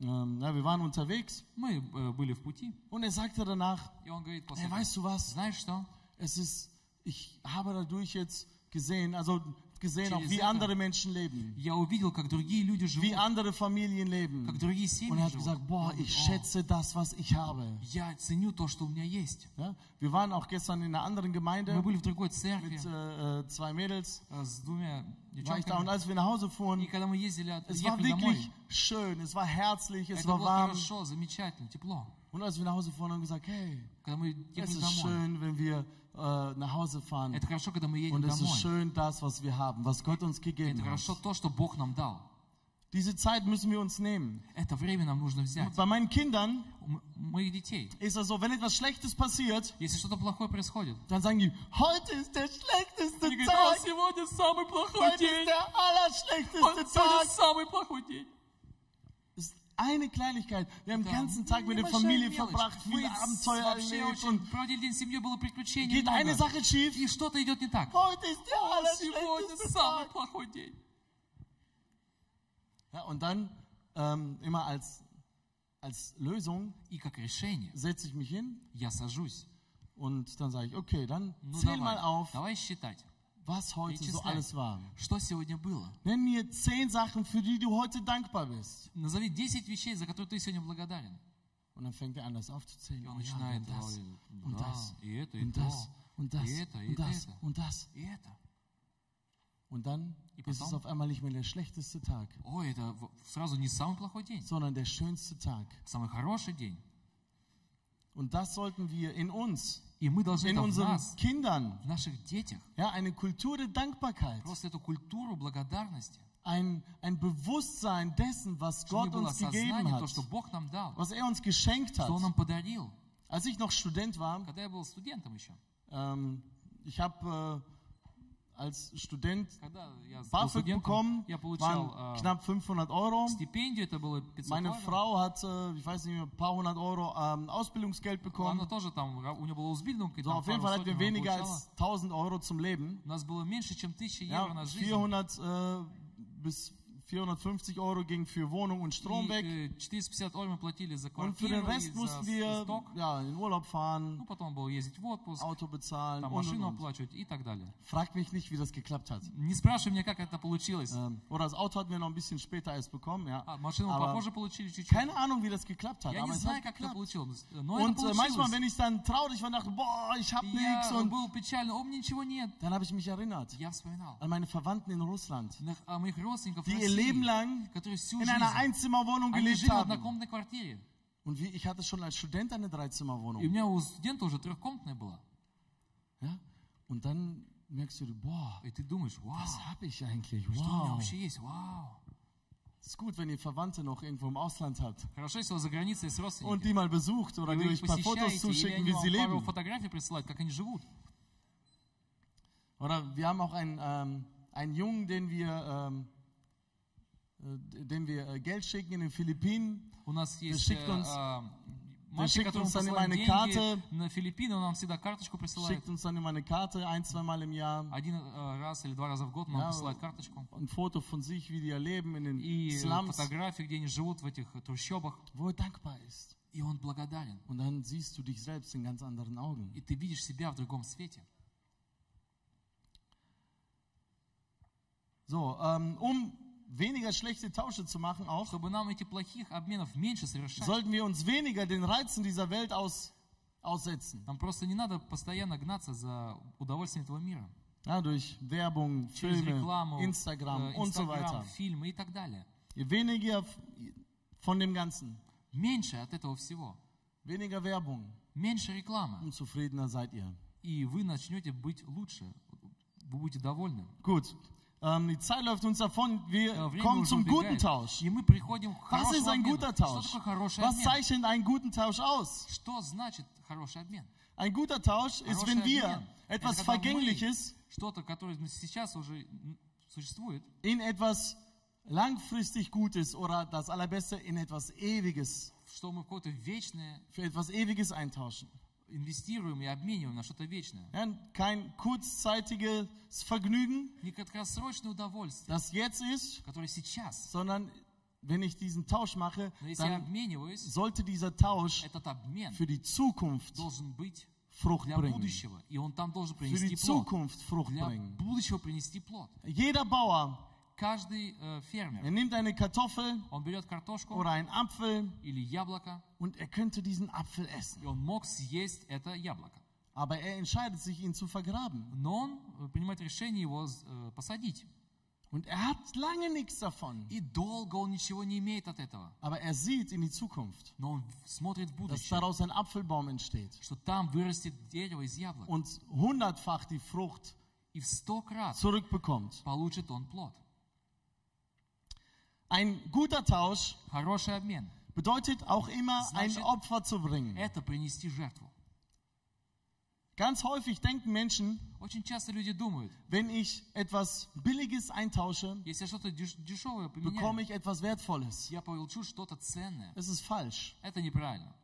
[SPEAKER 1] ähm, ja, wir waren unterwegs
[SPEAKER 2] мы э, были в пути,
[SPEAKER 1] und er sagte danach,
[SPEAKER 2] и он говорит после
[SPEAKER 1] hey,
[SPEAKER 2] этого,
[SPEAKER 1] weißt du was,
[SPEAKER 2] знаешь что,
[SPEAKER 1] es ist, ich habe dadurch jetzt gesehen, also gesehen auch, wie
[SPEAKER 2] Chili-Sache.
[SPEAKER 1] andere Menschen leben,
[SPEAKER 2] я увидел, как другие люди живут,
[SPEAKER 1] wie andere Familien leben.
[SPEAKER 2] как другие
[SPEAKER 1] Und
[SPEAKER 2] семьи
[SPEAKER 1] er hat
[SPEAKER 2] живут.
[SPEAKER 1] gesagt,
[SPEAKER 2] Я
[SPEAKER 1] boah,
[SPEAKER 2] говорю,
[SPEAKER 1] ich
[SPEAKER 2] «О,
[SPEAKER 1] schätze das, was ich habe.
[SPEAKER 2] я ценю то, что у меня есть.
[SPEAKER 1] Ja? Wir waren auch gestern in einer anderen
[SPEAKER 2] Мы
[SPEAKER 1] Gemeinde
[SPEAKER 2] были в другой
[SPEAKER 1] mit
[SPEAKER 2] церкви
[SPEAKER 1] äh, äh, zwei Mädels.
[SPEAKER 2] э, с двумя
[SPEAKER 1] War ich da. Und
[SPEAKER 2] девчонками,
[SPEAKER 1] als wir nach Hause fuhren,
[SPEAKER 2] и когда мы ездили, от-
[SPEAKER 1] Es war
[SPEAKER 2] ехали
[SPEAKER 1] wirklich
[SPEAKER 2] домой,
[SPEAKER 1] schön, es war herzlich, es
[SPEAKER 2] это
[SPEAKER 1] war
[SPEAKER 2] было
[SPEAKER 1] warm.
[SPEAKER 2] хорошо, замечательно, тепло.
[SPEAKER 1] Und als wir nach Hause fuhren, haben wir gesagt, hey,
[SPEAKER 2] Когда мы
[SPEAKER 1] es
[SPEAKER 2] едем
[SPEAKER 1] ist
[SPEAKER 2] домой,
[SPEAKER 1] schön, wenn wir äh, nach Hause fahren.
[SPEAKER 2] это хорошо, когда мы едем
[SPEAKER 1] Und es ist
[SPEAKER 2] домой.
[SPEAKER 1] schön, das, was wir haben, was Gott uns
[SPEAKER 2] Это
[SPEAKER 1] gegeben
[SPEAKER 2] хорошо
[SPEAKER 1] hat.
[SPEAKER 2] то, что Бог нам дал.
[SPEAKER 1] Diese Zeit müssen wir uns nehmen.
[SPEAKER 2] Это время нам нужно взять.
[SPEAKER 1] Bei meinen Kindern
[SPEAKER 2] У м- моих детей.
[SPEAKER 1] ist es so, wenn etwas Schlechtes passiert,
[SPEAKER 2] Если что-то плохое происходит,
[SPEAKER 1] dann sagen die, heute ist der schlechteste
[SPEAKER 2] они говорят, «А,
[SPEAKER 1] Tag,
[SPEAKER 2] сегодня самый плохой
[SPEAKER 1] heute
[SPEAKER 2] день.
[SPEAKER 1] ist der allerschlechteste
[SPEAKER 2] Сегодня
[SPEAKER 1] Tag.
[SPEAKER 2] самый плохой день.
[SPEAKER 1] Das ist eine Kleinigkeit. Wir haben den
[SPEAKER 2] Да.
[SPEAKER 1] ganzen Tag mit der
[SPEAKER 2] Небольшая
[SPEAKER 1] Familie
[SPEAKER 2] мелочь.
[SPEAKER 1] verbracht,
[SPEAKER 2] Мы
[SPEAKER 1] viele Abenteuer
[SPEAKER 2] вообще
[SPEAKER 1] erlebt
[SPEAKER 2] очень
[SPEAKER 1] und
[SPEAKER 2] проводили день с семьей, было приключений
[SPEAKER 1] geht eine
[SPEAKER 2] много.
[SPEAKER 1] Sache schief.
[SPEAKER 2] И что-то идет не так.
[SPEAKER 1] Heute ist der
[SPEAKER 2] «А, Сегодня
[SPEAKER 1] allerschlechteste
[SPEAKER 2] самый
[SPEAKER 1] Tag.
[SPEAKER 2] плохой день.
[SPEAKER 1] Ja, und dann ähm, immer als, als Lösung
[SPEAKER 2] И как решение,
[SPEAKER 1] setze ich mich hin
[SPEAKER 2] я сажусь.
[SPEAKER 1] und dann sage ich, okay, dann
[SPEAKER 2] Ну
[SPEAKER 1] zähl mal
[SPEAKER 2] давай,
[SPEAKER 1] auf,
[SPEAKER 2] давай считать,
[SPEAKER 1] was heute so
[SPEAKER 2] Перечисляй.
[SPEAKER 1] alles war.
[SPEAKER 2] что сегодня было.
[SPEAKER 1] Nenn mir zehn Sachen, für die du heute dankbar bist.
[SPEAKER 2] Назови 10 вещей, за которые ты сегодня благодарен.
[SPEAKER 1] Und dann fängt er an, das
[SPEAKER 2] И
[SPEAKER 1] aufzuzählen.
[SPEAKER 2] он
[SPEAKER 1] Oh ja,
[SPEAKER 2] начинает,
[SPEAKER 1] und das,
[SPEAKER 2] «Ой,
[SPEAKER 1] und
[SPEAKER 2] да,
[SPEAKER 1] das,
[SPEAKER 2] и это, и
[SPEAKER 1] und das,
[SPEAKER 2] то,
[SPEAKER 1] und das,
[SPEAKER 2] и это, и
[SPEAKER 1] und das,
[SPEAKER 2] это,
[SPEAKER 1] und das.
[SPEAKER 2] и это.
[SPEAKER 1] Und dann
[SPEAKER 2] И
[SPEAKER 1] ist es
[SPEAKER 2] потом?
[SPEAKER 1] auf einmal nicht mehr der schlechteste Tag,
[SPEAKER 2] Ой, это в- сразу не самый плохой день,
[SPEAKER 1] sondern der schönste Tag.
[SPEAKER 2] самый хороший день.
[SPEAKER 1] Und das sollten wir in uns,
[SPEAKER 2] И мы должны
[SPEAKER 1] in
[SPEAKER 2] там в
[SPEAKER 1] unseren
[SPEAKER 2] нас,
[SPEAKER 1] Kindern,
[SPEAKER 2] в наших детях,
[SPEAKER 1] ja, eine Kultur der Dankbarkeit,
[SPEAKER 2] просто эту культуру благодарности,
[SPEAKER 1] ein, ein Bewusstsein dessen, was
[SPEAKER 2] чтобы не
[SPEAKER 1] Gott
[SPEAKER 2] было
[SPEAKER 1] uns gegeben
[SPEAKER 2] сознание, то,
[SPEAKER 1] hat,
[SPEAKER 2] что Бог нам дал,
[SPEAKER 1] was er uns geschenkt
[SPEAKER 2] что Он
[SPEAKER 1] hat.
[SPEAKER 2] нам подарил.
[SPEAKER 1] Als ich noch Student war,
[SPEAKER 2] Когда я был студентом еще,
[SPEAKER 1] ähm, ich habe äh, als Student
[SPEAKER 2] когда я был
[SPEAKER 1] BAföG
[SPEAKER 2] студентом,
[SPEAKER 1] bekommen,
[SPEAKER 2] я
[SPEAKER 1] waren
[SPEAKER 2] получал э,
[SPEAKER 1] knapp 500 Euro.
[SPEAKER 2] стипендию, это было 500
[SPEAKER 1] Meine
[SPEAKER 2] евро.
[SPEAKER 1] Frau hat, äh, ich weiß nicht mehr, ein paar hundert Euro ähm, Ausbildungsgeld
[SPEAKER 2] Она
[SPEAKER 1] bekommen.
[SPEAKER 2] тоже там, у нее была узбильдунка, и
[SPEAKER 1] So,
[SPEAKER 2] там
[SPEAKER 1] auf jeden
[SPEAKER 2] пару
[SPEAKER 1] Fall hatten
[SPEAKER 2] сотен
[SPEAKER 1] wir
[SPEAKER 2] она
[SPEAKER 1] weniger
[SPEAKER 2] получала.
[SPEAKER 1] als 1000 Euro zum Leben.
[SPEAKER 2] У нас было меньше, чем 1000 евро
[SPEAKER 1] Ja,
[SPEAKER 2] на жизнь.
[SPEAKER 1] 400 äh, bis 450 Euro ging für Wohnung und Strom weg.
[SPEAKER 2] И, э, 450 евро мы платили за
[SPEAKER 1] Und für
[SPEAKER 2] квартиру
[SPEAKER 1] den
[SPEAKER 2] и
[SPEAKER 1] Rest
[SPEAKER 2] за
[SPEAKER 1] mussten
[SPEAKER 2] с-
[SPEAKER 1] wir
[SPEAKER 2] сток.
[SPEAKER 1] ja, in Urlaub
[SPEAKER 2] Ну,
[SPEAKER 1] fahren,
[SPEAKER 2] потом было ездить в отпуск,
[SPEAKER 1] Auto bezahlen
[SPEAKER 2] там
[SPEAKER 1] und, und,
[SPEAKER 2] машину
[SPEAKER 1] und.
[SPEAKER 2] оплачивать и так далее.
[SPEAKER 1] Frag mich nicht, wie das geklappt hat.
[SPEAKER 2] Не спрашивай меня, как это получилось.
[SPEAKER 1] Ähm, oder das Auto hatten wir noch ein bisschen später erst bekommen. Ja.
[SPEAKER 2] А, машину
[SPEAKER 1] Aber
[SPEAKER 2] попозже получили чуть-чуть.
[SPEAKER 1] keine Ahnung, wie das geklappt hat.
[SPEAKER 2] Я
[SPEAKER 1] Aber
[SPEAKER 2] не
[SPEAKER 1] es hat
[SPEAKER 2] знаю, как это
[SPEAKER 1] geklappt.
[SPEAKER 2] получилось, но это
[SPEAKER 1] Und äh, manchmal, wenn
[SPEAKER 2] получилось.
[SPEAKER 1] ich dann traurig war, dachte, boah, ich hab
[SPEAKER 2] И
[SPEAKER 1] nichts.
[SPEAKER 2] Я
[SPEAKER 1] Und
[SPEAKER 2] был печально, о, мне ничего нет.
[SPEAKER 1] dann habe ich mich erinnert.
[SPEAKER 2] Я вспоминал
[SPEAKER 1] an meine Verwandten in Russland,
[SPEAKER 2] на- о моих родственников в
[SPEAKER 1] die ihr Leben
[SPEAKER 2] России,
[SPEAKER 1] lang
[SPEAKER 2] которые всю
[SPEAKER 1] in
[SPEAKER 2] жизнь,
[SPEAKER 1] einer Einzimmerwohnung
[SPEAKER 2] они
[SPEAKER 1] gelebt
[SPEAKER 2] жили в
[SPEAKER 1] haben.
[SPEAKER 2] однокомнатной квартире.
[SPEAKER 1] Und wie, ich hatte schon als Student eine
[SPEAKER 2] И у
[SPEAKER 1] Dreizimmerwohnung.
[SPEAKER 2] меня у студента уже трехкомнатная была.
[SPEAKER 1] Ja? Und dann merkst du, boah,
[SPEAKER 2] И ты думаешь, вау,
[SPEAKER 1] was habe ich eigentlich?
[SPEAKER 2] что у меня
[SPEAKER 1] Wow.
[SPEAKER 2] вообще есть, вау.
[SPEAKER 1] Ist gut, wenn ihr Verwandte noch irgendwo im Ausland habt
[SPEAKER 2] Хорошо, если вы за границей есть
[SPEAKER 1] und
[SPEAKER 2] родственники,
[SPEAKER 1] die mal besucht
[SPEAKER 2] и
[SPEAKER 1] oder die
[SPEAKER 2] вы
[SPEAKER 1] euch
[SPEAKER 2] их
[SPEAKER 1] ein paar Fotos
[SPEAKER 2] посещаете,
[SPEAKER 1] zuschicken,
[SPEAKER 2] или они
[SPEAKER 1] wie sie
[SPEAKER 2] вам пару
[SPEAKER 1] leben.
[SPEAKER 2] фотографий присылают, как они живут.
[SPEAKER 1] Oder wir haben auch einen, ähm, einen Jungen, den wir, ähm, äh, dem wir äh, Geld schicken in den Philippinen.
[SPEAKER 2] У нас есть
[SPEAKER 1] schickt
[SPEAKER 2] э,
[SPEAKER 1] uns-
[SPEAKER 2] э, мальчик,
[SPEAKER 1] schickt
[SPEAKER 2] которому
[SPEAKER 1] uns dann immer
[SPEAKER 2] посылают
[SPEAKER 1] eine
[SPEAKER 2] деньги
[SPEAKER 1] Karte.
[SPEAKER 2] на Филиппины, он нам всегда карточку присылает.
[SPEAKER 1] Schickt uns dann immer eine Karte, ein, zweimal im Jahr.
[SPEAKER 2] Один э, раз или два раза в год он нам
[SPEAKER 1] Ja,
[SPEAKER 2] присылает карточку.
[SPEAKER 1] Ein Foto von sich, wie die ja leben in den
[SPEAKER 2] И э,
[SPEAKER 1] Slums.
[SPEAKER 2] фотографии, где они живут в этих трущобах.
[SPEAKER 1] wo er dankbar ist.
[SPEAKER 2] И он благодарен.
[SPEAKER 1] Und dann siehst du dich selbst in ganz anderen Augen.
[SPEAKER 2] И ты видишь себя в другом свете.
[SPEAKER 1] So, ähm, um weniger schlechte Tausche zu machen, auch
[SPEAKER 2] Чтобы нам этих плохих обменов меньше совершать.
[SPEAKER 1] sollten wir uns weniger den Reizen dieser Welt aus, aussetzen.
[SPEAKER 2] Нам просто не надо постоянно гнаться за удовольствием этого мира.
[SPEAKER 1] Ja, durch Werbung,
[SPEAKER 2] Через
[SPEAKER 1] Filme,
[SPEAKER 2] рекламу,
[SPEAKER 1] Instagram
[SPEAKER 2] э,
[SPEAKER 1] und so
[SPEAKER 2] Инстаграм,
[SPEAKER 1] weiter.
[SPEAKER 2] фильмы и так далее.
[SPEAKER 1] Je weniger f- von dem Ganzen,
[SPEAKER 2] Меньше от этого всего.
[SPEAKER 1] weniger Werbung,
[SPEAKER 2] Меньше рекламы.
[SPEAKER 1] umso zufriedener seid ihr.
[SPEAKER 2] И вы начнете быть лучше. Вы будете довольны.
[SPEAKER 1] Gut, ähm, die Zeit läuft uns davon. Wir
[SPEAKER 2] Э, Время
[SPEAKER 1] kommen
[SPEAKER 2] уже
[SPEAKER 1] zum guten
[SPEAKER 2] убегает.
[SPEAKER 1] Tausch.
[SPEAKER 2] И мы приходим к
[SPEAKER 1] Was ist
[SPEAKER 2] хорошему
[SPEAKER 1] ein
[SPEAKER 2] обмену.
[SPEAKER 1] guter
[SPEAKER 2] Что
[SPEAKER 1] Tausch?
[SPEAKER 2] такое хороший
[SPEAKER 1] Was
[SPEAKER 2] обмен?
[SPEAKER 1] zeichnet einen guten Tausch aus?
[SPEAKER 2] Что значит хороший обмен?
[SPEAKER 1] Ein guter Tausch ist,
[SPEAKER 2] Хороший
[SPEAKER 1] wenn wir
[SPEAKER 2] обмен. Это
[SPEAKER 1] etwas
[SPEAKER 2] когда мы
[SPEAKER 1] Vergängliches
[SPEAKER 2] Что-то, которое сейчас уже м, существует,
[SPEAKER 1] in etwas langfristig Gutes oder das Allerbeste in etwas Ewiges,
[SPEAKER 2] что мы в какое-то вечное
[SPEAKER 1] für etwas Ewiges eintauschen.
[SPEAKER 2] инвестируем и обмениваем на что-то вечное.
[SPEAKER 1] Ja, kein kurzzeitiges Vergnügen,
[SPEAKER 2] Не краткосрочное удовольствие,
[SPEAKER 1] das jetzt ist,
[SPEAKER 2] которое сейчас.
[SPEAKER 1] sondern wenn ich diesen Tausch mache,
[SPEAKER 2] Но если я
[SPEAKER 1] dann
[SPEAKER 2] обмениваюсь,
[SPEAKER 1] sollte dieser Tausch
[SPEAKER 2] этот обмен
[SPEAKER 1] für die Zukunft
[SPEAKER 2] должен быть
[SPEAKER 1] Frucht
[SPEAKER 2] для
[SPEAKER 1] bringen.
[SPEAKER 2] будущего. И он там должен
[SPEAKER 1] Für die
[SPEAKER 2] принести плод.
[SPEAKER 1] Zukunft Frucht
[SPEAKER 2] Для
[SPEAKER 1] bringen.
[SPEAKER 2] будущего принести плод.
[SPEAKER 1] Jeder Bauer,
[SPEAKER 2] Каждый э,
[SPEAKER 1] er
[SPEAKER 2] фермер,
[SPEAKER 1] nimmt eine Kartoffel
[SPEAKER 2] он берет картошку
[SPEAKER 1] oder einen Apfel
[SPEAKER 2] или яблоко,
[SPEAKER 1] und er könnte diesen Apfel essen.
[SPEAKER 2] и он мог съесть это яблоко.
[SPEAKER 1] Aber er entscheidet sich, ihn zu vergraben.
[SPEAKER 2] Но он э, принимает решение его э, посадить.
[SPEAKER 1] Und er hat lange nichts davon.
[SPEAKER 2] И долго он ничего не имеет от этого.
[SPEAKER 1] Aber er sieht in die Zukunft,
[SPEAKER 2] Но он в- смотрит в
[SPEAKER 1] dass
[SPEAKER 2] будущее,
[SPEAKER 1] daraus ein Apfelbaum entsteht
[SPEAKER 2] что там вырастет дерево из яблок.
[SPEAKER 1] und hundertfach die Frucht
[SPEAKER 2] И в сто крат
[SPEAKER 1] zurückbekommt.
[SPEAKER 2] получит он плод.
[SPEAKER 1] Ein guter Tausch
[SPEAKER 2] Хороший обмен
[SPEAKER 1] bedeutet auch immer, ein
[SPEAKER 2] Значит-
[SPEAKER 1] Opfer zu
[SPEAKER 2] –
[SPEAKER 1] bringen.
[SPEAKER 2] это принести жертву.
[SPEAKER 1] Ganz häufig denken Menschen,
[SPEAKER 2] Очень часто люди думают,
[SPEAKER 1] wenn ich etwas Billiges eintausche,
[SPEAKER 2] если я что-то деш- дешевое
[SPEAKER 1] bekomme
[SPEAKER 2] поменяю,
[SPEAKER 1] ich etwas Wertvolles.
[SPEAKER 2] я получу что-то ценное.
[SPEAKER 1] Es ist falsch.
[SPEAKER 2] Это неправильно.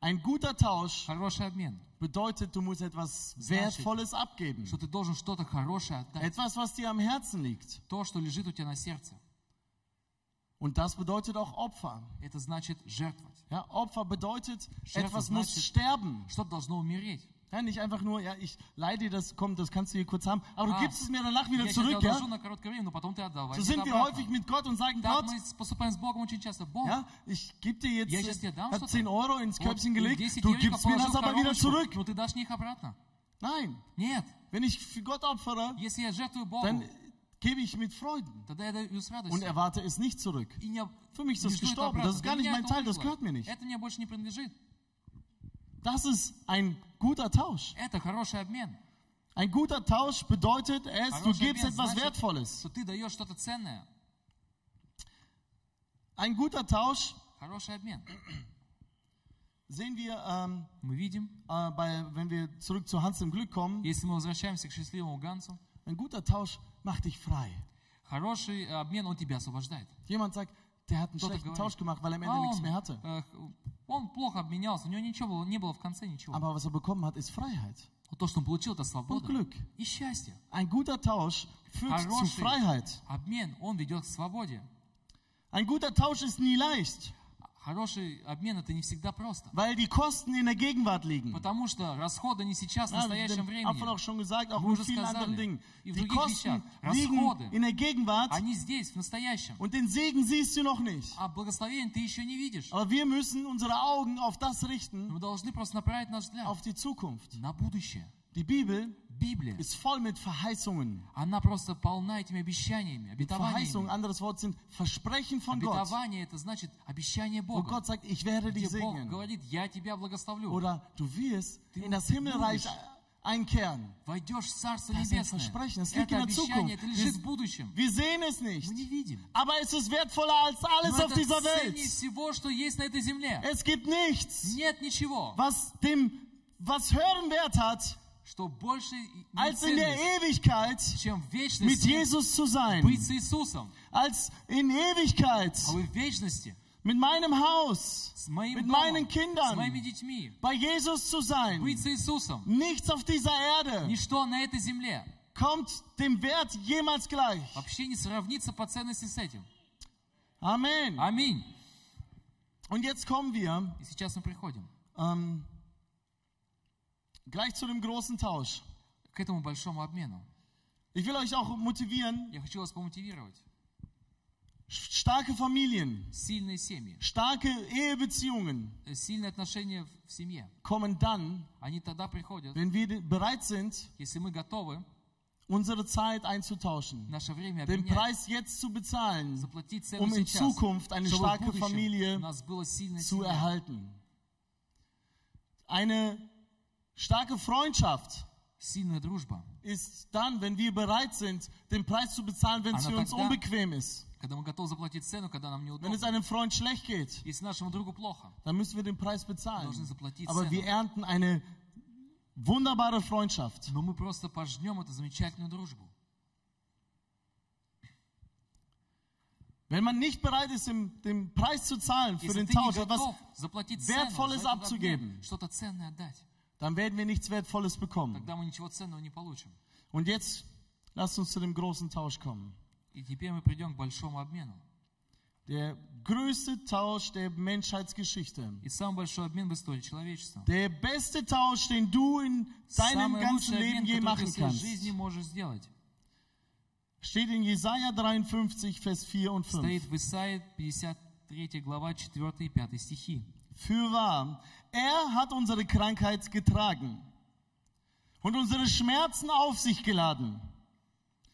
[SPEAKER 1] Ein guter Tausch
[SPEAKER 2] Хороший обмен –
[SPEAKER 1] bedeutet, du musst etwas
[SPEAKER 2] Значит-
[SPEAKER 1] Wertvolles abgeben.
[SPEAKER 2] что ты должен что-то хорошее отдать.
[SPEAKER 1] Etwas, was dir am Herzen liegt.
[SPEAKER 2] То, что лежит у тебя на сердце.
[SPEAKER 1] Und das bedeutet auch Opfer.
[SPEAKER 2] Это значит жертвовать.
[SPEAKER 1] Ja, Opfer bedeutet,
[SPEAKER 2] Schärfe
[SPEAKER 1] etwas
[SPEAKER 2] Schmerzen.
[SPEAKER 1] muss sterben.
[SPEAKER 2] Что-то должно умереть.
[SPEAKER 1] Ja, nicht einfach nur, ja, ich leih dir das, komm, das kannst du hier kurz haben, aber du
[SPEAKER 2] Ah.
[SPEAKER 1] gibst es mir danach
[SPEAKER 2] Я
[SPEAKER 1] wieder
[SPEAKER 2] щас тебя
[SPEAKER 1] zurück, ja?
[SPEAKER 2] одолжу на короткое время, но потом ты отдал.
[SPEAKER 1] So
[SPEAKER 2] Возьми
[SPEAKER 1] sind
[SPEAKER 2] это
[SPEAKER 1] wir
[SPEAKER 2] обратно.
[SPEAKER 1] häufig mit Gott und sagen,
[SPEAKER 2] Так
[SPEAKER 1] Gott,
[SPEAKER 2] мы поступаем с Богом очень часто. Бог,
[SPEAKER 1] ja, ich gebe dir jetzt,
[SPEAKER 2] Я щас тебе дам
[SPEAKER 1] ich hab
[SPEAKER 2] что-то.
[SPEAKER 1] 10 Euro ins
[SPEAKER 2] вот
[SPEAKER 1] Köpfchen
[SPEAKER 2] ты
[SPEAKER 1] gelegt,
[SPEAKER 2] 10
[SPEAKER 1] du
[SPEAKER 2] евриков
[SPEAKER 1] gibst mir
[SPEAKER 2] положил
[SPEAKER 1] das
[SPEAKER 2] в
[SPEAKER 1] aber wieder
[SPEAKER 2] коробочку,
[SPEAKER 1] zurück.
[SPEAKER 2] но ты дашь мне их обратно.
[SPEAKER 1] Nein,
[SPEAKER 2] Нет,
[SPEAKER 1] wenn ich für Gott opfere,
[SPEAKER 2] если я жертвую Богу,
[SPEAKER 1] dann gebe ich mit Freuden
[SPEAKER 2] тогда я даю с
[SPEAKER 1] und
[SPEAKER 2] радостью.
[SPEAKER 1] erwarte es nicht zurück.
[SPEAKER 2] И не, об-
[SPEAKER 1] Für mich ist
[SPEAKER 2] не
[SPEAKER 1] das
[SPEAKER 2] жду это
[SPEAKER 1] gestorben,
[SPEAKER 2] обратно.
[SPEAKER 1] das ist gar
[SPEAKER 2] Для
[SPEAKER 1] nicht
[SPEAKER 2] меня
[SPEAKER 1] mein
[SPEAKER 2] это
[SPEAKER 1] Teil, das
[SPEAKER 2] ушло.
[SPEAKER 1] gehört mir nicht.
[SPEAKER 2] Это мне больше не принадлежит.
[SPEAKER 1] Das ist ein guter Tausch.
[SPEAKER 2] Это хороший обмен.
[SPEAKER 1] Ein guter Tausch bedeutet es, du
[SPEAKER 2] Хороший
[SPEAKER 1] gibst
[SPEAKER 2] обмен
[SPEAKER 1] etwas
[SPEAKER 2] значит,
[SPEAKER 1] Wertvolles.
[SPEAKER 2] что ты даешь что-то ценное.
[SPEAKER 1] Ein guter Tausch
[SPEAKER 2] Хороший обмен.
[SPEAKER 1] sehen wir, ähm,
[SPEAKER 2] Мы видим,
[SPEAKER 1] äh, bei, wenn wir zurück zu Hans im Glück kommen,
[SPEAKER 2] если мы возвращаемся к счастливому Гансу,
[SPEAKER 1] ein guter Tausch macht dich frei.
[SPEAKER 2] хороший э, обмен, он тебя освобождает.
[SPEAKER 1] Jemand sagt, der hat einen
[SPEAKER 2] Doch,
[SPEAKER 1] schlechten
[SPEAKER 2] doch.
[SPEAKER 1] Tausch gemacht, weil er am Ende
[SPEAKER 2] А
[SPEAKER 1] nichts
[SPEAKER 2] он,
[SPEAKER 1] mehr hatte.
[SPEAKER 2] э, он плохо обменялся, у него ничего было, не было в конце ничего.
[SPEAKER 1] Aber was er bekommen hat, ist Freiheit
[SPEAKER 2] Вот То, что он получил, это
[SPEAKER 1] und
[SPEAKER 2] свобода
[SPEAKER 1] Glück.
[SPEAKER 2] и счастье.
[SPEAKER 1] Ein guter Tausch führt zu
[SPEAKER 2] Хороший.
[SPEAKER 1] Freiheit.
[SPEAKER 2] Обмен, он ведет к свободе.
[SPEAKER 1] Ein guter Tausch ist nie leicht,
[SPEAKER 2] Хороший обмен это не всегда просто.
[SPEAKER 1] weil die Kosten in der Gegenwart liegen.
[SPEAKER 2] Потому что расходы не сейчас, в
[SPEAKER 1] Ja,
[SPEAKER 2] настоящем
[SPEAKER 1] dem Apfel
[SPEAKER 2] времени.
[SPEAKER 1] auch schon gesagt, auch
[SPEAKER 2] Мы
[SPEAKER 1] in
[SPEAKER 2] уже
[SPEAKER 1] vielen anderen
[SPEAKER 2] сказали.
[SPEAKER 1] Dingen.
[SPEAKER 2] И в
[SPEAKER 1] Die
[SPEAKER 2] других
[SPEAKER 1] Kosten
[SPEAKER 2] вещах. Расходы.
[SPEAKER 1] liegen in der Gegenwart
[SPEAKER 2] Они здесь, в настоящем.
[SPEAKER 1] und den Segen siehst du noch nicht.
[SPEAKER 2] А благословение ты еще не видишь.
[SPEAKER 1] Aber wir müssen unsere Augen auf das richten,
[SPEAKER 2] Мы должны просто направить наш взгляд
[SPEAKER 1] auf die Zukunft.
[SPEAKER 2] на будущее.
[SPEAKER 1] Die Bibel
[SPEAKER 2] Библия,
[SPEAKER 1] ist voll mit Verheißungen.
[SPEAKER 2] она просто полна этими обещаниями,
[SPEAKER 1] Verheißungen,
[SPEAKER 2] обетованиями.
[SPEAKER 1] anderes Wort sind Versprechen von Gott.
[SPEAKER 2] Обетование это значит обещание
[SPEAKER 1] Wo
[SPEAKER 2] Бога.
[SPEAKER 1] Gott sagt, ich werde dich
[SPEAKER 2] Где Бог
[SPEAKER 1] segnen.
[SPEAKER 2] говорит, я тебя благословлю.
[SPEAKER 1] Oder du wirst
[SPEAKER 2] Du
[SPEAKER 1] in das Himmelreich
[SPEAKER 2] wirst.
[SPEAKER 1] einkehren.
[SPEAKER 2] Войдешь в Царство
[SPEAKER 1] Das sind
[SPEAKER 2] Небесное.
[SPEAKER 1] Versprechen, das liegt in
[SPEAKER 2] Это
[SPEAKER 1] der
[SPEAKER 2] обещание,
[SPEAKER 1] Zukunft.
[SPEAKER 2] это лежит
[SPEAKER 1] Wir-
[SPEAKER 2] в будущем.
[SPEAKER 1] Wir sehen es
[SPEAKER 2] Мы
[SPEAKER 1] nicht.
[SPEAKER 2] не видим.
[SPEAKER 1] Aber es ist wertvoller als alles
[SPEAKER 2] Но
[SPEAKER 1] auf
[SPEAKER 2] это
[SPEAKER 1] dieser
[SPEAKER 2] ценнее
[SPEAKER 1] Welt.
[SPEAKER 2] всего, что есть на этой земле.
[SPEAKER 1] Es gibt nichts,
[SPEAKER 2] Нет ничего,
[SPEAKER 1] was dem, was höheren Wert hat,
[SPEAKER 2] что больше и не
[SPEAKER 1] als in der
[SPEAKER 2] ценность,
[SPEAKER 1] Ewigkeit
[SPEAKER 2] чем в
[SPEAKER 1] mit
[SPEAKER 2] вечности
[SPEAKER 1] Jesus zu sein.
[SPEAKER 2] быть с Иисусом.
[SPEAKER 1] Als in Ewigkeit
[SPEAKER 2] А вы в вечности
[SPEAKER 1] mit meinem Haus,
[SPEAKER 2] с моим
[SPEAKER 1] Mit
[SPEAKER 2] домом,
[SPEAKER 1] meinen Kindern.
[SPEAKER 2] с моими детьми,
[SPEAKER 1] bei Jesus zu sein.
[SPEAKER 2] быть с Иисусом.
[SPEAKER 1] Nichts auf dieser Erde
[SPEAKER 2] Ничто на этой земле
[SPEAKER 1] kommt dem Wert jemals gleich.
[SPEAKER 2] вообще не сравнится по ценности с этим.
[SPEAKER 1] Amen.
[SPEAKER 2] Аминь.
[SPEAKER 1] Und jetzt kommen wir
[SPEAKER 2] И сейчас мы приходим
[SPEAKER 1] ähm, gleich zu dem großen Tausch.
[SPEAKER 2] к этому большому обмену.
[SPEAKER 1] Ich will euch auch motivieren,
[SPEAKER 2] Я хочу вас помотивировать.
[SPEAKER 1] starke Familien,
[SPEAKER 2] Сильные семьи,
[SPEAKER 1] starke Ehebeziehungen
[SPEAKER 2] э, сильные отношения в- в семье,
[SPEAKER 1] kommen dann,
[SPEAKER 2] они тогда приходят,
[SPEAKER 1] wenn wir bereit sind,
[SPEAKER 2] если мы готовы
[SPEAKER 1] unsere Zeit einzutauschen,
[SPEAKER 2] наше время
[SPEAKER 1] den
[SPEAKER 2] обменять
[SPEAKER 1] Preis jetzt zu bezahlen,
[SPEAKER 2] заплатить цену
[SPEAKER 1] um in
[SPEAKER 2] сейчас,
[SPEAKER 1] Zukunft eine
[SPEAKER 2] чтобы в
[SPEAKER 1] starke
[SPEAKER 2] будущем у
[SPEAKER 1] Familie
[SPEAKER 2] нас была сильная
[SPEAKER 1] zu
[SPEAKER 2] семья.
[SPEAKER 1] erhalten. Eine starke Freundschaft
[SPEAKER 2] Сильная дружба.
[SPEAKER 1] ist dann, wenn wir bereit sind, den Preis zu bezahlen, wenn es für
[SPEAKER 2] Aber
[SPEAKER 1] uns
[SPEAKER 2] тогда-
[SPEAKER 1] unbequem ist.
[SPEAKER 2] Когда мы готовы заплатить цену, когда нам
[SPEAKER 1] Wenn es
[SPEAKER 2] неудобно.
[SPEAKER 1] einem Freund schlecht geht,
[SPEAKER 2] Если нашему другу плохо,
[SPEAKER 1] dann müssen wir den Preis bezahlen.
[SPEAKER 2] Должны заплатить
[SPEAKER 1] Aber wir ernten eine wunderbare Freundschaft.
[SPEAKER 2] но мы просто пожнем эту замечательную дружбу.
[SPEAKER 1] Wenn man nicht bereit ist, den, den Preis zu zahlen für
[SPEAKER 2] Если
[SPEAKER 1] den
[SPEAKER 2] ты не
[SPEAKER 1] Tausch, etwas,
[SPEAKER 2] готов заплатить цену, за
[SPEAKER 1] wertvolles
[SPEAKER 2] этот обмен,
[SPEAKER 1] abzugeben.
[SPEAKER 2] что-то ценное отдать,
[SPEAKER 1] dann werden wir nichts Wertvolles bekommen.
[SPEAKER 2] тогда мы ничего ценного не получим.
[SPEAKER 1] Und jetzt lasst uns zu dem großen Tausch kommen.
[SPEAKER 2] И теперь мы придем к большому обмену.
[SPEAKER 1] Der größte Tausch der Menschheitsgeschichte.
[SPEAKER 2] И самый большой обмен в истории человечества.
[SPEAKER 1] Der beste Tausch, den du in deinem
[SPEAKER 2] Самый
[SPEAKER 1] ganzen
[SPEAKER 2] лучший
[SPEAKER 1] Leben
[SPEAKER 2] обмен,
[SPEAKER 1] je
[SPEAKER 2] который ты в
[SPEAKER 1] machen
[SPEAKER 2] своей
[SPEAKER 1] kannst,
[SPEAKER 2] жизни можешь сделать,
[SPEAKER 1] steht in Jesaja 53, Vers 4 und 5.
[SPEAKER 2] стоит в Исаии 53 глава 4 и 5 стихи.
[SPEAKER 1] Fürwahr, er hat unsere Krankheit getragen und unsere Schmerzen auf sich geladen.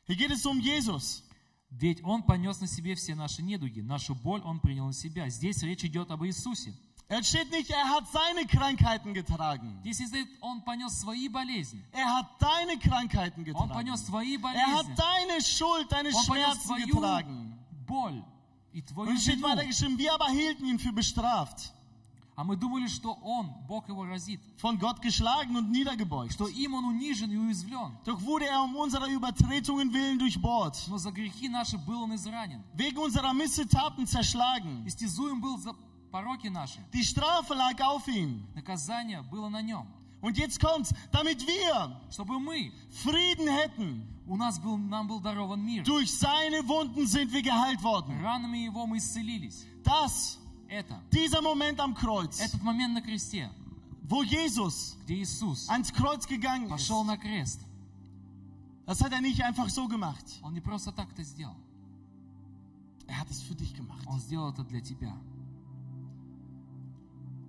[SPEAKER 1] Hier geht es um Jesus.
[SPEAKER 2] Ведь Он понес на себе все наши недуги, нашу боль Он принял на себя. Здесь речь идет об Иисусе.
[SPEAKER 1] Er steht nicht, er hat seine Krankheiten getragen.
[SPEAKER 2] Здесь стоит, Он понес свои болезни.
[SPEAKER 1] Er hat deine Krankheiten
[SPEAKER 2] Он понес
[SPEAKER 1] getragen.
[SPEAKER 2] твои
[SPEAKER 1] Er hat
[SPEAKER 2] болезни,
[SPEAKER 1] deine Schuld, deine
[SPEAKER 2] Он понес
[SPEAKER 1] Schmerzen
[SPEAKER 2] твою
[SPEAKER 1] getragen.
[SPEAKER 2] боль и твою
[SPEAKER 1] Und es steht
[SPEAKER 2] вину.
[SPEAKER 1] weiter geschrieben, wir aber hielten ihn für bestraft,
[SPEAKER 2] А мы думали, что Он, Бог его разит,
[SPEAKER 1] von Gott geschlagen und niedergebeugt.
[SPEAKER 2] что им Он унижен и уязвлен.
[SPEAKER 1] Doch wurde er um unserer Übertretungen willen durchbohrt,
[SPEAKER 2] Но за грехи наши был Он изранен.
[SPEAKER 1] wegen unserer Missetaten zerschlagen.
[SPEAKER 2] Истязуем был за пороки наши.
[SPEAKER 1] Die Strafe lag auf ihm.
[SPEAKER 2] Наказание было на Нем.
[SPEAKER 1] Und jetzt kommt's, damit wir
[SPEAKER 2] Чтобы мы,
[SPEAKER 1] Frieden hätten.
[SPEAKER 2] у нас был, нам был дарован мир.
[SPEAKER 1] Durch seine Wunden sind wir geheilt worden.
[SPEAKER 2] Ранами Его мы исцелились.
[SPEAKER 1] Das,
[SPEAKER 2] Это,
[SPEAKER 1] dieser Moment am Kreuz,
[SPEAKER 2] этот момент на кресте,
[SPEAKER 1] wo Jesus
[SPEAKER 2] где Иисус
[SPEAKER 1] ans Kreuz gegangen ist,
[SPEAKER 2] пошел на крест,
[SPEAKER 1] das hat er nicht einfach so gemacht.
[SPEAKER 2] Он не просто так это сделал.
[SPEAKER 1] Er hat es für dich gemacht.
[SPEAKER 2] Он сделал это для тебя.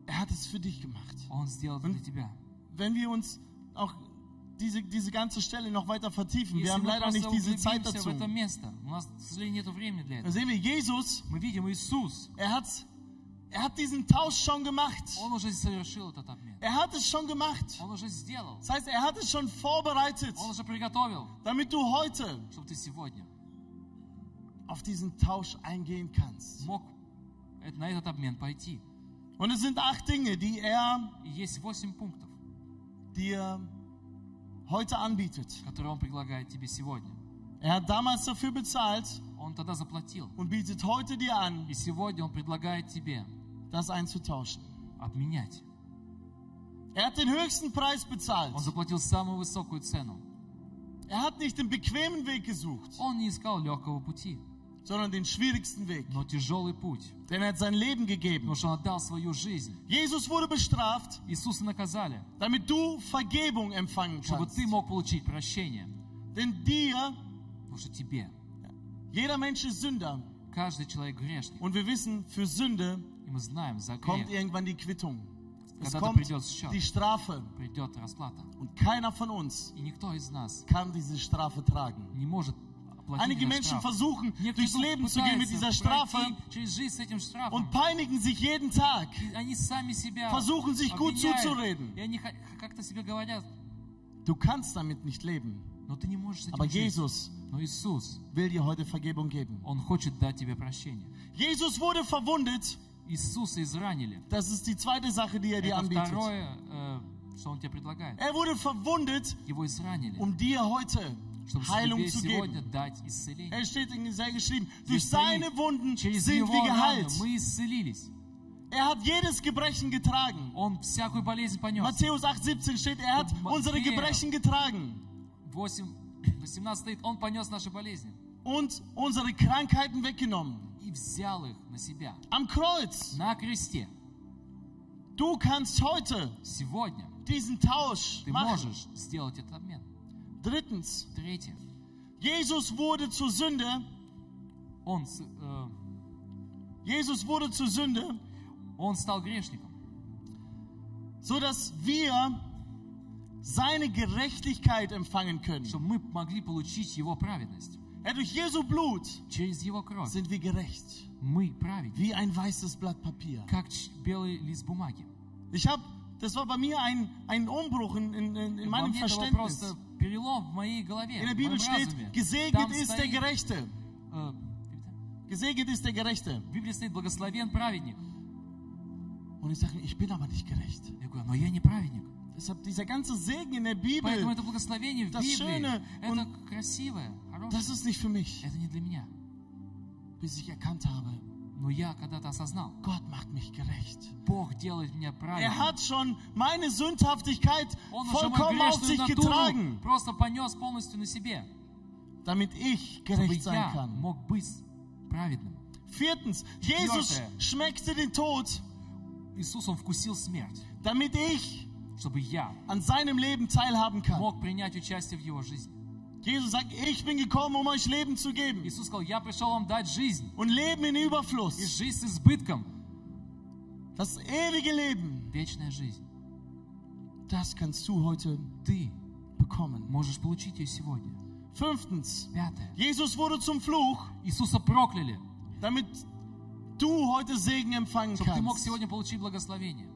[SPEAKER 1] Er hat es für dich gemacht.
[SPEAKER 2] Он сделал это для тебя.
[SPEAKER 1] Wenn wir uns auch diese, diese ganze Stelle noch weiter vertiefen, wir
[SPEAKER 2] Если
[SPEAKER 1] haben
[SPEAKER 2] мы
[SPEAKER 1] leider
[SPEAKER 2] просто
[SPEAKER 1] nicht diese Zeit
[SPEAKER 2] углубимся в
[SPEAKER 1] dazu.
[SPEAKER 2] это место, у нас, к сожалению, нет времени для
[SPEAKER 1] Da
[SPEAKER 2] этого.
[SPEAKER 1] sehen wir, Jesus,
[SPEAKER 2] Мы видим, Иисус,
[SPEAKER 1] er hat, er hat diesen Tausch schon gemacht.
[SPEAKER 2] Он уже совершил этот обмен.
[SPEAKER 1] Er hat es schon gemacht.
[SPEAKER 2] Он уже сделал.
[SPEAKER 1] Das heißt, er hat es schon vorbereitet,
[SPEAKER 2] Он уже приготовил,
[SPEAKER 1] damit du heute
[SPEAKER 2] чтобы ты сегодня
[SPEAKER 1] auf diesen Tausch eingehen kannst.
[SPEAKER 2] мог э- на этот обмен пойти.
[SPEAKER 1] Und es sind acht Dinge, die er
[SPEAKER 2] И есть восемь пунктов,
[SPEAKER 1] dir heute anbietet.
[SPEAKER 2] которые он предлагает тебе сегодня.
[SPEAKER 1] Er hat damals dafür bezahlt
[SPEAKER 2] Он тогда заплатил.
[SPEAKER 1] und bietet heute dir an,
[SPEAKER 2] И сегодня он предлагает тебе
[SPEAKER 1] das einzutauschen.
[SPEAKER 2] обменять.
[SPEAKER 1] Er hat den höchsten Preis bezahlt.
[SPEAKER 2] Он заплатил самую высокую цену.
[SPEAKER 1] Er hat nicht den bequemen Weg gesucht,
[SPEAKER 2] Он не искал легкого пути,
[SPEAKER 1] sondern den schwierigsten Weg.
[SPEAKER 2] но тяжелый путь,
[SPEAKER 1] Denn er hat sein Leben gegeben.
[SPEAKER 2] потому что он отдал свою жизнь.
[SPEAKER 1] Jesus wurde bestraft,
[SPEAKER 2] Иисуса наказали,
[SPEAKER 1] damit du Vergebung empfangen
[SPEAKER 2] чтобы
[SPEAKER 1] kannst.
[SPEAKER 2] ты мог получить прощение.
[SPEAKER 1] Denn dir,
[SPEAKER 2] Потому что тебе
[SPEAKER 1] jeder Mensch ist Sünder.
[SPEAKER 2] каждый человек грешник.
[SPEAKER 1] Und wir wissen, für Sünde
[SPEAKER 2] И мы знаем, за
[SPEAKER 1] kommt
[SPEAKER 2] грех
[SPEAKER 1] irgendwann die Quittung. Es
[SPEAKER 2] Когда-то
[SPEAKER 1] kommt
[SPEAKER 2] придет счет.
[SPEAKER 1] die Strafe.
[SPEAKER 2] придет расплата.
[SPEAKER 1] Und keiner von uns
[SPEAKER 2] И никто из нас
[SPEAKER 1] kann diese Strafe tragen.
[SPEAKER 2] не может оплатить
[SPEAKER 1] Einige
[SPEAKER 2] этот
[SPEAKER 1] Menschen
[SPEAKER 2] штраф.
[SPEAKER 1] versuchen,
[SPEAKER 2] Некоторые
[SPEAKER 1] durchs Leben zu gehen mit dieser
[SPEAKER 2] пытаются
[SPEAKER 1] Strafe
[SPEAKER 2] пройти через жизнь с этим штрафом.
[SPEAKER 1] und peinigen sich jeden Tag.
[SPEAKER 2] И Они сами себя
[SPEAKER 1] Versuchen, sich gut
[SPEAKER 2] обвиняют,
[SPEAKER 1] zuzureden.
[SPEAKER 2] И они ха- как-то себе говорят,
[SPEAKER 1] Du kannst damit nicht leben.
[SPEAKER 2] но ты не можешь с этим
[SPEAKER 1] Aber
[SPEAKER 2] жить».
[SPEAKER 1] Jesus
[SPEAKER 2] Но Иисус,
[SPEAKER 1] will dir heute Vergebung geben.
[SPEAKER 2] Он хочет дать тебе прощение.
[SPEAKER 1] Jesus wurde verwundet.
[SPEAKER 2] Иисуса изранили.
[SPEAKER 1] Das ist die zweite Sache, die er dir
[SPEAKER 2] Это
[SPEAKER 1] anbietet.
[SPEAKER 2] второе, э, что Он тебе предлагает.
[SPEAKER 1] Er wurde verwundet,
[SPEAKER 2] Его изранили,
[SPEAKER 1] um dir heute
[SPEAKER 2] чтобы
[SPEAKER 1] Heilung
[SPEAKER 2] тебе
[SPEAKER 1] zu
[SPEAKER 2] сегодня
[SPEAKER 1] geben.
[SPEAKER 2] дать исцеление.
[SPEAKER 1] Er steht in sehr geschrieben,
[SPEAKER 2] Wir
[SPEAKER 1] durch seine
[SPEAKER 2] sehen,
[SPEAKER 1] Wunden
[SPEAKER 2] Через
[SPEAKER 1] sind
[SPEAKER 2] Его
[SPEAKER 1] wir
[SPEAKER 2] раны
[SPEAKER 1] geheilt.
[SPEAKER 2] мы исцелились.
[SPEAKER 1] Er hat jedes Gebrechen getragen.
[SPEAKER 2] Он всякую болезнь понес.
[SPEAKER 1] Matthäus 8,17 steht, er hat
[SPEAKER 2] Matthäus.
[SPEAKER 1] unsere Gebrechen getragen
[SPEAKER 2] 8, 18 стоит, Он понес наши болезни
[SPEAKER 1] und unsere Krankheiten weggenommen.
[SPEAKER 2] и взял их на себя.
[SPEAKER 1] Am Kreuz.
[SPEAKER 2] На кресте.
[SPEAKER 1] Du kannst heute
[SPEAKER 2] Сегодня
[SPEAKER 1] diesen Tausch
[SPEAKER 2] ты
[SPEAKER 1] machen.
[SPEAKER 2] можешь сделать этот обмен.
[SPEAKER 1] Drittens,
[SPEAKER 2] Третье.
[SPEAKER 1] Jesus wurde zur Sünde.
[SPEAKER 2] Он, с- э,
[SPEAKER 1] Jesus wurde zur Sünde,
[SPEAKER 2] он стал грешником,
[SPEAKER 1] sodass wir seine Gerechtigkeit empfangen können.
[SPEAKER 2] чтобы мы могли получить его праведность.
[SPEAKER 1] Ja, durch Jesu Blut
[SPEAKER 2] Через его кровь
[SPEAKER 1] sind wir gerecht.
[SPEAKER 2] мы праведны,
[SPEAKER 1] Wie ein weißes Blatt Papier.
[SPEAKER 2] как ч- белый лист бумаги.
[SPEAKER 1] Ich habe, das war bei mir ein, ein Umbruch in, in, in, in
[SPEAKER 2] Во
[SPEAKER 1] meinem
[SPEAKER 2] мне это был
[SPEAKER 1] Verständnis.
[SPEAKER 2] просто перелом в моей голове,
[SPEAKER 1] In der
[SPEAKER 2] в
[SPEAKER 1] Bibel
[SPEAKER 2] моем
[SPEAKER 1] steht,
[SPEAKER 2] разуме.
[SPEAKER 1] gesegnet
[SPEAKER 2] Там
[SPEAKER 1] ist der
[SPEAKER 2] стоит,
[SPEAKER 1] Gerechte.
[SPEAKER 2] э, ребята,
[SPEAKER 1] Gesegnet ist der Gerechte.
[SPEAKER 2] в Библии стоит «благословен праведник».
[SPEAKER 1] Und ich sage, ich bin aber nicht gerecht.
[SPEAKER 2] Я говорю, но я не праведник.
[SPEAKER 1] Deshalb dieser ganze Segen in der
[SPEAKER 2] Поэтому
[SPEAKER 1] Bibel,
[SPEAKER 2] это благословение в
[SPEAKER 1] das Schöne
[SPEAKER 2] Библии, это красивое, хорошее.
[SPEAKER 1] das ist nicht für mich.
[SPEAKER 2] Это не для меня.
[SPEAKER 1] Bis ich erkannt habe,
[SPEAKER 2] Но я когда-то осознал,
[SPEAKER 1] Gott macht mich gerecht.
[SPEAKER 2] Бог делает меня
[SPEAKER 1] Er
[SPEAKER 2] праведным.
[SPEAKER 1] hat schon meine Sündhaftigkeit
[SPEAKER 2] Он уже мою
[SPEAKER 1] vollkommen auf
[SPEAKER 2] грешную
[SPEAKER 1] sich
[SPEAKER 2] натуру
[SPEAKER 1] getragen,
[SPEAKER 2] просто понес полностью на себе,
[SPEAKER 1] damit ich
[SPEAKER 2] чтобы
[SPEAKER 1] gerecht sein
[SPEAKER 2] я
[SPEAKER 1] kann.
[SPEAKER 2] мог быть праведным.
[SPEAKER 1] Viertens, Jesus
[SPEAKER 2] Vierte.
[SPEAKER 1] schmeckte den Tod,
[SPEAKER 2] Иисус, Он вкусил смерть,
[SPEAKER 1] damit ich
[SPEAKER 2] чтобы я
[SPEAKER 1] an seinem Leben teilhaben kann.
[SPEAKER 2] мог принять участие в Его жизни.
[SPEAKER 1] Jesus sagt, ich bin gekommen, um euch Leben zu geben
[SPEAKER 2] Иисус сказал, я пришел вам дать жизнь,
[SPEAKER 1] und Leben in
[SPEAKER 2] и
[SPEAKER 1] Überfluss.
[SPEAKER 2] жизнь с избытком,
[SPEAKER 1] Das ewige Leben,
[SPEAKER 2] вечная жизнь.
[SPEAKER 1] das kannst du heute
[SPEAKER 2] Ты
[SPEAKER 1] bekommen.
[SPEAKER 2] можешь получить ее сегодня.
[SPEAKER 1] Fünftens,
[SPEAKER 2] Пятое.
[SPEAKER 1] Jesus wurde zum Fluch,
[SPEAKER 2] Иисуса прокляли,
[SPEAKER 1] damit du heute Segen empfangen
[SPEAKER 2] чтобы ты мог
[SPEAKER 1] kannst.
[SPEAKER 2] сегодня получить благословение.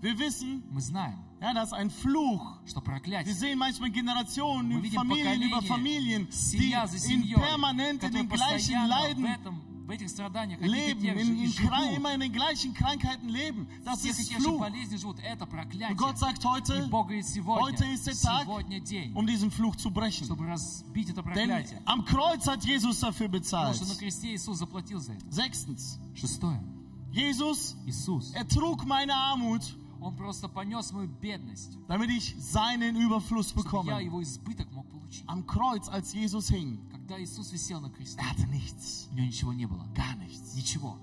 [SPEAKER 1] Wir wissen,
[SPEAKER 2] Мы знаем,
[SPEAKER 1] ja, dass ein Fluch
[SPEAKER 2] что
[SPEAKER 1] Wir
[SPEAKER 2] проклятие,
[SPEAKER 1] sehen manchmal Generationen,
[SPEAKER 2] мы
[SPEAKER 1] über
[SPEAKER 2] видим
[SPEAKER 1] Familien über
[SPEAKER 2] поколение,
[SPEAKER 1] Familien, die
[SPEAKER 2] семья за
[SPEAKER 1] in
[SPEAKER 2] семьей,
[SPEAKER 1] permanent in
[SPEAKER 2] которые
[SPEAKER 1] den gleichen
[SPEAKER 2] постоянно в,
[SPEAKER 1] Leiden
[SPEAKER 2] этом, в этих страданиях, одних и
[SPEAKER 1] leben,
[SPEAKER 2] тех
[SPEAKER 1] in,
[SPEAKER 2] же, и
[SPEAKER 1] in, Kra-
[SPEAKER 2] живут.
[SPEAKER 1] immer in den gleichen Krankheiten leben. Das
[SPEAKER 2] Всех и
[SPEAKER 1] ist
[SPEAKER 2] тех же
[SPEAKER 1] Fluch.
[SPEAKER 2] болезни живут. Это
[SPEAKER 1] Und
[SPEAKER 2] проклятие.
[SPEAKER 1] Gott sagt
[SPEAKER 2] И
[SPEAKER 1] heute,
[SPEAKER 2] Бог говорит сегодня,
[SPEAKER 1] Heute ist der Tag,
[SPEAKER 2] сегодня день,
[SPEAKER 1] um diesen Fluch zu brechen.
[SPEAKER 2] чтобы разбить это
[SPEAKER 1] Denn
[SPEAKER 2] проклятие.
[SPEAKER 1] am Kreuz hat Jesus dafür
[SPEAKER 2] Потому
[SPEAKER 1] bezahlt.
[SPEAKER 2] что на кресте Иисус заплатил за это.
[SPEAKER 1] Sechstens,
[SPEAKER 2] Шестое.
[SPEAKER 1] Jesus,
[SPEAKER 2] Иисус,
[SPEAKER 1] er trug meine Armut,
[SPEAKER 2] Он просто понес мою бедность,
[SPEAKER 1] damit ich seinen Überfluss
[SPEAKER 2] чтобы я
[SPEAKER 1] bekomme.
[SPEAKER 2] его избыток мог получить.
[SPEAKER 1] Am Kreuz, als Jesus hing,
[SPEAKER 2] Когда Иисус висел на кресте,
[SPEAKER 1] er hatte nichts,
[SPEAKER 2] у него ничего не было.
[SPEAKER 1] gar nichts.
[SPEAKER 2] Ничего.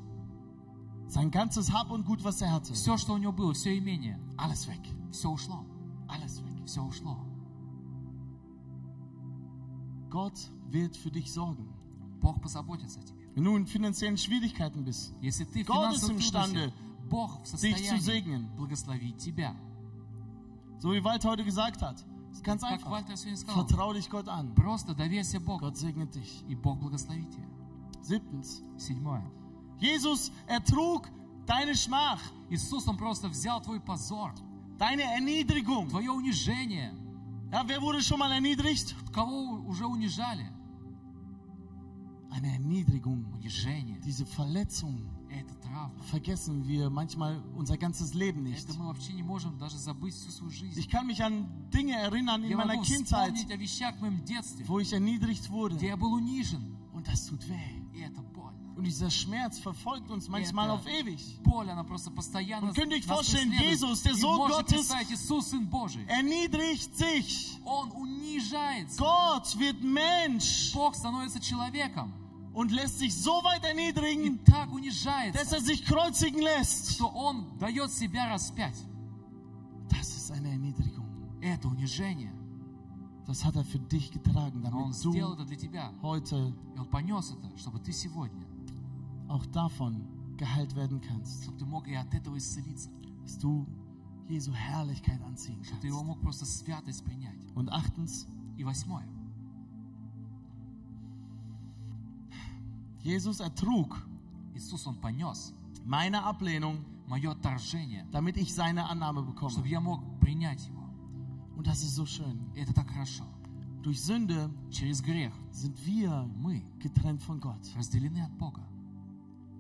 [SPEAKER 1] Sein ganzes Hab und Gut, was er hatte,
[SPEAKER 2] Все, что у него было, все имение,
[SPEAKER 1] alles weg,
[SPEAKER 2] все ушло.
[SPEAKER 1] alles weg.
[SPEAKER 2] Все ушло.
[SPEAKER 1] Gott wird für dich sorgen.
[SPEAKER 2] Бог позаботится о тебе.
[SPEAKER 1] Wenn du in finanziellen Schwierigkeiten bist,
[SPEAKER 2] Если ты в
[SPEAKER 1] Gott
[SPEAKER 2] финансовом
[SPEAKER 1] ist imstande,
[SPEAKER 2] трудности, Бог в
[SPEAKER 1] zu
[SPEAKER 2] состоянии
[SPEAKER 1] segnen.
[SPEAKER 2] благословить тебя.
[SPEAKER 1] so wie Wald heute gesagt hat, ist ganz
[SPEAKER 2] Как
[SPEAKER 1] einfach.
[SPEAKER 2] Вальтер сегодня сказал,
[SPEAKER 1] Vertrau dich Gott an.
[SPEAKER 2] просто доверься Богу,
[SPEAKER 1] Gott segnet dich.
[SPEAKER 2] и Бог благословит тебя.
[SPEAKER 1] Siebtens.
[SPEAKER 2] Седьмое.
[SPEAKER 1] Jesus ertrug deine Schmach,
[SPEAKER 2] Иисус, Он просто взял твой позор,
[SPEAKER 1] deine Erniedrigung.
[SPEAKER 2] твое унижение.
[SPEAKER 1] Ja, wer wurde schon mal erniedrigt?
[SPEAKER 2] Кого уже унижали?
[SPEAKER 1] Eine Erniedrigung.
[SPEAKER 2] Унижение.
[SPEAKER 1] Diese Verletzung
[SPEAKER 2] Это травма.
[SPEAKER 1] vergessen wir manchmal unser ganzes Leben nicht.
[SPEAKER 2] Это мы вообще не можем даже забыть всю свою жизнь.
[SPEAKER 1] Ich kann mich an Dinge erinnern in
[SPEAKER 2] Я
[SPEAKER 1] meiner
[SPEAKER 2] могу
[SPEAKER 1] Kindheit,
[SPEAKER 2] вспомнить о вещах в моем детстве,
[SPEAKER 1] wo ich erniedrigt
[SPEAKER 2] где
[SPEAKER 1] wurde.
[SPEAKER 2] я был унижен.
[SPEAKER 1] Und das tut weh.
[SPEAKER 2] И это больно.
[SPEAKER 1] Und dieser Schmerz verfolgt uns manchmal auf ewig.
[SPEAKER 2] Боль, она просто постоянно
[SPEAKER 1] Und könnt ihr euch
[SPEAKER 2] нас
[SPEAKER 1] vorstellen,
[SPEAKER 2] преследует.
[SPEAKER 1] Jesus, der
[SPEAKER 2] И
[SPEAKER 1] Sohn
[SPEAKER 2] можете
[SPEAKER 1] Gottes-
[SPEAKER 2] представить, Иисус, Сын Божий,
[SPEAKER 1] Э, Erniedrigt sich.
[SPEAKER 2] Он унижается.
[SPEAKER 1] Gott wird Mensch
[SPEAKER 2] Бог становится человеком
[SPEAKER 1] und lässt sich so weit
[SPEAKER 2] и
[SPEAKER 1] erniedrigen,
[SPEAKER 2] так
[SPEAKER 1] dass
[SPEAKER 2] унижается,
[SPEAKER 1] er sich kreuzigen lässt.
[SPEAKER 2] что Он дает себя распять.
[SPEAKER 1] Das ist eine Erniedrigung.
[SPEAKER 2] Это унижение.
[SPEAKER 1] Das hat er für dich getragen,
[SPEAKER 2] Но Он
[SPEAKER 1] damit
[SPEAKER 2] сделал
[SPEAKER 1] du
[SPEAKER 2] это для тебя.
[SPEAKER 1] heute
[SPEAKER 2] И Он понес это, чтобы ты сегодня,
[SPEAKER 1] auch davon geheilt werden kannst.
[SPEAKER 2] чтобы ты мог и от этого исцелиться.
[SPEAKER 1] Dass du Jesu Herrlichkeit anziehen
[SPEAKER 2] Чтобы ты его
[SPEAKER 1] kannst.
[SPEAKER 2] мог просто святость принять.
[SPEAKER 1] Und achtens,
[SPEAKER 2] И восьмое.
[SPEAKER 1] Jesus ertrug
[SPEAKER 2] Иисус, Он понес
[SPEAKER 1] meine Ablehnung,
[SPEAKER 2] мое отторжение,
[SPEAKER 1] damit ich seine Annahme
[SPEAKER 2] чтобы
[SPEAKER 1] bekomme.
[SPEAKER 2] я мог принять его.
[SPEAKER 1] Und das ist so schön.
[SPEAKER 2] И это так хорошо.
[SPEAKER 1] Durch Sünde
[SPEAKER 2] Через грех
[SPEAKER 1] sind wir
[SPEAKER 2] мы
[SPEAKER 1] getrennt von Gott.
[SPEAKER 2] разделены от Бога.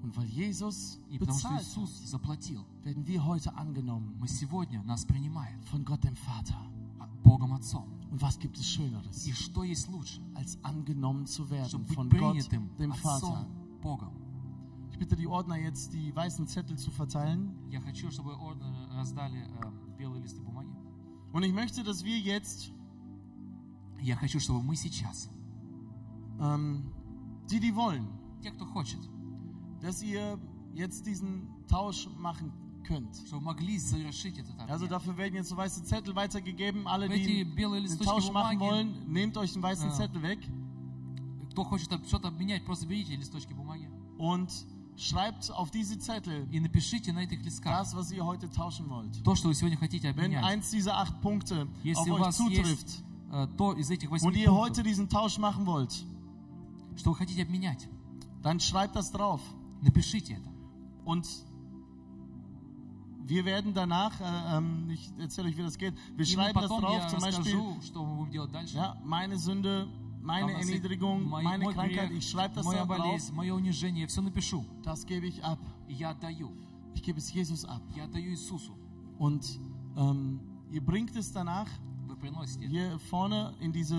[SPEAKER 1] Und weil Jesus
[SPEAKER 2] И потому что
[SPEAKER 1] bezahlt,
[SPEAKER 2] Иисус заплатил,
[SPEAKER 1] werden wir heute angenommen
[SPEAKER 2] мы сегодня нас принимает
[SPEAKER 1] von Gott dem Vater.
[SPEAKER 2] а, Богом Отцом.
[SPEAKER 1] Und was gibt es
[SPEAKER 2] И
[SPEAKER 1] Schöneres,
[SPEAKER 2] что есть лучше,
[SPEAKER 1] als angenommen zu werden
[SPEAKER 2] чтобы
[SPEAKER 1] von
[SPEAKER 2] быть
[SPEAKER 1] Gott
[SPEAKER 2] принятым
[SPEAKER 1] dem Vater?
[SPEAKER 2] Отцом Богом?
[SPEAKER 1] Ich bitte die Ordner jetzt, die weißen Zettel zu verteilen.
[SPEAKER 2] Я хочу, чтобы орден раздали э, белые листы бумаги.
[SPEAKER 1] Und ich möchte, dass wir jetzt,
[SPEAKER 2] Я хочу, чтобы мы сейчас,
[SPEAKER 1] ähm, die, die wollen,
[SPEAKER 2] те, кто хочет,
[SPEAKER 1] dass ihr jetzt diesen Tausch machen könnt.
[SPEAKER 2] чтобы могли совершить этот
[SPEAKER 1] Also
[SPEAKER 2] обмен.
[SPEAKER 1] dafür werden jetzt so weiße Zettel weitergegeben. Alle,
[SPEAKER 2] Эти
[SPEAKER 1] die
[SPEAKER 2] белые
[SPEAKER 1] den
[SPEAKER 2] листочки
[SPEAKER 1] Tausch machen
[SPEAKER 2] бумаги,
[SPEAKER 1] wollen, nehmt euch einen weißen
[SPEAKER 2] Ja.
[SPEAKER 1] Zettel weg.
[SPEAKER 2] кто хочет об- что-то обменять, просто берите листочки бумаги
[SPEAKER 1] und schreibt auf diese Zettel
[SPEAKER 2] и напишите на этих листках
[SPEAKER 1] das, was ihr heute tauschen wollt.
[SPEAKER 2] то, что вы сегодня хотите
[SPEAKER 1] Wenn
[SPEAKER 2] обменять.
[SPEAKER 1] eins dieser acht Punkte auf
[SPEAKER 2] Если у
[SPEAKER 1] euch
[SPEAKER 2] вас
[SPEAKER 1] zutrifft
[SPEAKER 2] есть э, то из этих восьми
[SPEAKER 1] und ihr heute
[SPEAKER 2] пунктов,
[SPEAKER 1] diesen Tausch machen wollt,
[SPEAKER 2] что вы хотите обменять,
[SPEAKER 1] dann schreibt das drauf.
[SPEAKER 2] напишите это.
[SPEAKER 1] Und wir werden danach, äh, ähm, ich erzähle euch, wie das geht, wir
[SPEAKER 2] И мы
[SPEAKER 1] schreiben das
[SPEAKER 2] потом
[SPEAKER 1] drauf,
[SPEAKER 2] я
[SPEAKER 1] zum Beispiel,
[SPEAKER 2] расскажу, что мы будем делать дальше.
[SPEAKER 1] ja, meine Sünde, meine
[SPEAKER 2] Там у нас есть
[SPEAKER 1] Erniedrigung,
[SPEAKER 2] мои-
[SPEAKER 1] meine
[SPEAKER 2] мой
[SPEAKER 1] Krankheit,
[SPEAKER 2] грех,
[SPEAKER 1] ich schreibe das
[SPEAKER 2] моя
[SPEAKER 1] da drauf,
[SPEAKER 2] болезнь, мое унижение, я все напишу.
[SPEAKER 1] das gebe ich ab.
[SPEAKER 2] И я отдаю.
[SPEAKER 1] Ich gebe es Jesus ab.
[SPEAKER 2] Я отдаю Иисусу.
[SPEAKER 1] Und ähm, ihr bringt es danach
[SPEAKER 2] Вы приносите. это.
[SPEAKER 1] hier vorne in diese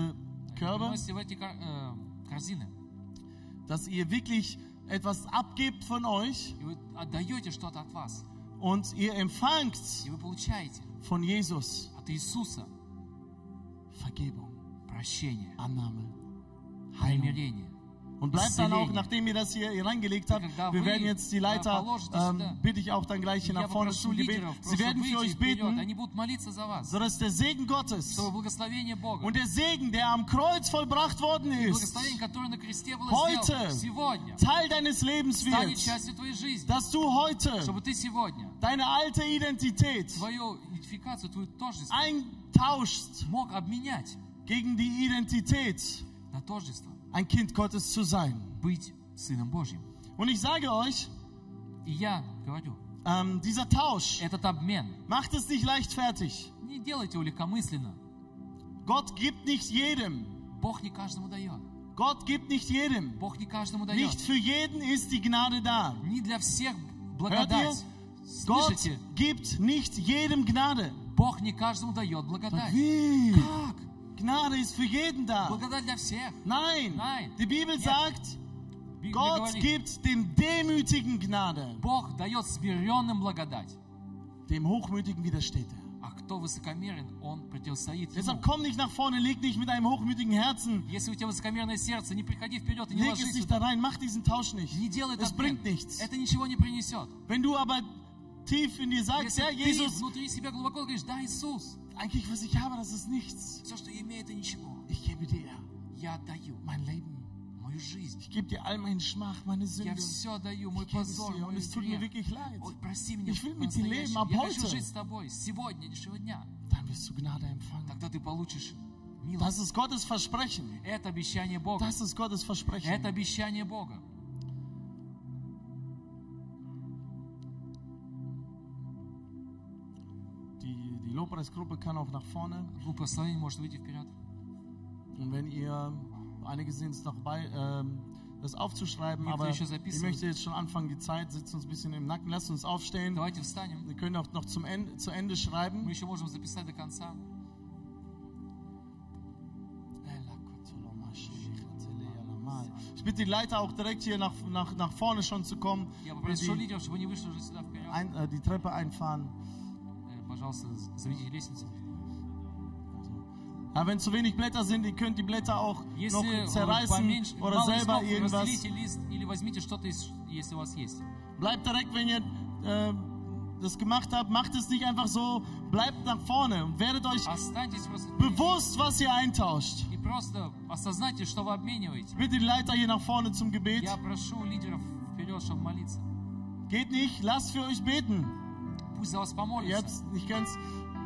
[SPEAKER 2] Вы
[SPEAKER 1] Körbe.
[SPEAKER 2] приносите в эти кор- э, корзины.
[SPEAKER 1] dass ihr wirklich etwas abgebt von euch
[SPEAKER 2] И вы отдаете что-то от вас.
[SPEAKER 1] und ihr empfangt
[SPEAKER 2] И вы получаете
[SPEAKER 1] von Jesus
[SPEAKER 2] от Иисуса
[SPEAKER 1] Vergebung,
[SPEAKER 2] прощение,
[SPEAKER 1] Annahme, Heilung.
[SPEAKER 2] примирение.
[SPEAKER 1] Und bleibt dann auch,
[SPEAKER 2] Исцеление.
[SPEAKER 1] nachdem ihr das hier hier reingelegt habt, wir werden jetzt die Leiter, ähm, bitte ich auch dann gleich
[SPEAKER 2] И
[SPEAKER 1] hier
[SPEAKER 2] я
[SPEAKER 1] nach vorne
[SPEAKER 2] попрошу
[SPEAKER 1] zum Gebet.
[SPEAKER 2] лидеров
[SPEAKER 1] Sie
[SPEAKER 2] просто
[SPEAKER 1] werden für
[SPEAKER 2] выйти
[SPEAKER 1] euch
[SPEAKER 2] вперед.
[SPEAKER 1] beten,
[SPEAKER 2] Они будут молиться за вас.
[SPEAKER 1] sodass der Segen Gottes
[SPEAKER 2] Чтобы благословение Бога.
[SPEAKER 1] und der Segen, der am Kreuz vollbracht worden ist,
[SPEAKER 2] Благословение, которое на кресте было
[SPEAKER 1] Heute
[SPEAKER 2] сделано сегодня,
[SPEAKER 1] Teil deines Lebens wird,
[SPEAKER 2] станет частью твоей жизни.
[SPEAKER 1] dass du heute
[SPEAKER 2] Чтобы ты сегодня
[SPEAKER 1] deine alte Identität
[SPEAKER 2] твою идентификацию, твою тождество
[SPEAKER 1] eintauschst
[SPEAKER 2] мог обменять
[SPEAKER 1] gegen die Identität
[SPEAKER 2] на тождество,
[SPEAKER 1] ein Kind Gottes zu sein.
[SPEAKER 2] быть Сыном Божьим.
[SPEAKER 1] Und ich sage euch,
[SPEAKER 2] И я говорю,
[SPEAKER 1] ähm, dieser Tausch
[SPEAKER 2] этот обмен,
[SPEAKER 1] macht es nicht leichtfertig.
[SPEAKER 2] не делайте его легкомысленно.
[SPEAKER 1] Gott gibt nicht jedem.
[SPEAKER 2] Бог не каждому дает.
[SPEAKER 1] Gott gibt nicht jedem.
[SPEAKER 2] Бог не каждому дает.
[SPEAKER 1] Nicht für jeden ist die Gnade da.
[SPEAKER 2] Не для всех благодать.
[SPEAKER 1] Gott
[SPEAKER 2] Слышите?
[SPEAKER 1] gibt nicht jedem Gnade.
[SPEAKER 2] Бог не каждому дает благодать.
[SPEAKER 1] Wie?
[SPEAKER 2] Как?
[SPEAKER 1] Gnade ist für jeden da.
[SPEAKER 2] Благодать для всех.
[SPEAKER 1] Nein,
[SPEAKER 2] Nein.
[SPEAKER 1] die Bibel
[SPEAKER 2] Ja.
[SPEAKER 1] sagt,
[SPEAKER 2] Библия
[SPEAKER 1] Gott
[SPEAKER 2] говорит,
[SPEAKER 1] gibt dem Demütigen Gnade.
[SPEAKER 2] Бог дает смиренным благодать.
[SPEAKER 1] Dem Hochmütigen widersteht er.
[SPEAKER 2] А кто высокомерен, он противостоит
[SPEAKER 1] Deshalb
[SPEAKER 2] ему.
[SPEAKER 1] komm nicht nach vorne, leg nicht mit einem hochmütigen Herzen
[SPEAKER 2] Если у тебя высокомерное сердце, не приходи вперед и не
[SPEAKER 1] Leg es
[SPEAKER 2] ложись.
[SPEAKER 1] nicht da rein, mach diesen Tausch nicht.
[SPEAKER 2] Не делай
[SPEAKER 1] Es
[SPEAKER 2] этот
[SPEAKER 1] bringt
[SPEAKER 2] обмен.
[SPEAKER 1] nichts.
[SPEAKER 2] Это ничего не принесет.
[SPEAKER 1] Wenn du aber tief in dir sagst,
[SPEAKER 2] Если
[SPEAKER 1] ja,
[SPEAKER 2] ты
[SPEAKER 1] Jesus,
[SPEAKER 2] внутри себя глубоко говоришь, да, Иисус,
[SPEAKER 1] eigentlich was ich habe, das ist nichts.
[SPEAKER 2] все, что я имею, это ничего.
[SPEAKER 1] Ich gebe dir
[SPEAKER 2] Я отдаю
[SPEAKER 1] mein Leben.
[SPEAKER 2] мою жизнь.
[SPEAKER 1] Ich gebe dir all meinen Schmach, meine
[SPEAKER 2] Я
[SPEAKER 1] Sünde. Ich
[SPEAKER 2] все отдаю, мой
[SPEAKER 1] gebe es
[SPEAKER 2] позор,
[SPEAKER 1] dir und
[SPEAKER 2] мой
[SPEAKER 1] es tut mir
[SPEAKER 2] грех.
[SPEAKER 1] wirklich leid.
[SPEAKER 2] Ой, прости меня
[SPEAKER 1] Ich will mit dir
[SPEAKER 2] по-настоящему.
[SPEAKER 1] leben ab
[SPEAKER 2] Я хочу
[SPEAKER 1] heute.
[SPEAKER 2] жить с тобой с сегодняшнего дня.
[SPEAKER 1] Dann wirst du Gnade empfangen.
[SPEAKER 2] Тогда ты получишь
[SPEAKER 1] Das
[SPEAKER 2] милость.
[SPEAKER 1] ist Gottes Versprechen.
[SPEAKER 2] Это обещание Бога.
[SPEAKER 1] Das ist Gottes Versprechen.
[SPEAKER 2] Это обещание Бога.
[SPEAKER 1] Die Lobpreisgruppe kann auch nach vorne.
[SPEAKER 2] Группа славения Ну, может выйти вперед.
[SPEAKER 1] Und wenn ihr, einige sind es noch bei, ähm, das aufzuschreiben,
[SPEAKER 2] Ihr
[SPEAKER 1] aber
[SPEAKER 2] könnt schon
[SPEAKER 1] ich
[SPEAKER 2] записывать.
[SPEAKER 1] möchte jetzt schon anfangen, die Zeit sitzt uns ein bisschen im Nacken. Lasst uns aufstehen.
[SPEAKER 2] Давайте встанем.
[SPEAKER 1] Wir können auch noch zum Ende, zu Ende
[SPEAKER 2] Мы
[SPEAKER 1] schreiben.
[SPEAKER 2] еще можем записать до конца.
[SPEAKER 1] Ich bitte die Leiter auch direkt hier nach, nach, nach vorne schon zu kommen.
[SPEAKER 2] Я
[SPEAKER 1] Wenn
[SPEAKER 2] попрошу
[SPEAKER 1] die,
[SPEAKER 2] лидеров, чтобы они вышли уже сюда вперед.
[SPEAKER 1] ein, äh, die Treppe einfahren.
[SPEAKER 2] Э, Пожалуйста, заведите лестницу.
[SPEAKER 1] Ja, wenn zu wenig Blätter sind, ihr könnt die Blätter auch noch
[SPEAKER 2] Если вы поменьше,
[SPEAKER 1] zerreißen oder
[SPEAKER 2] мало
[SPEAKER 1] selber
[SPEAKER 2] листов,
[SPEAKER 1] irgendwas.
[SPEAKER 2] разделите лист или возьмите что-то, из, если у вас есть.
[SPEAKER 1] Bleibt direkt, wenn ihr äh, das gemacht habt, macht es nicht einfach so. Bleibt nach vorne und werdet euch
[SPEAKER 2] Останьтесь просто
[SPEAKER 1] bewusst, was ihr eintauscht.
[SPEAKER 2] и просто осознайте, что вы обмениваете.
[SPEAKER 1] Bitte die Leiter hier nach vorne zum Gebet.
[SPEAKER 2] Я прошу лидеров вперед, чтобы молиться.
[SPEAKER 1] Geht nicht, lasst für euch beten.
[SPEAKER 2] Пусть за вас
[SPEAKER 1] Ihr
[SPEAKER 2] помолятся.
[SPEAKER 1] habt es nicht ganz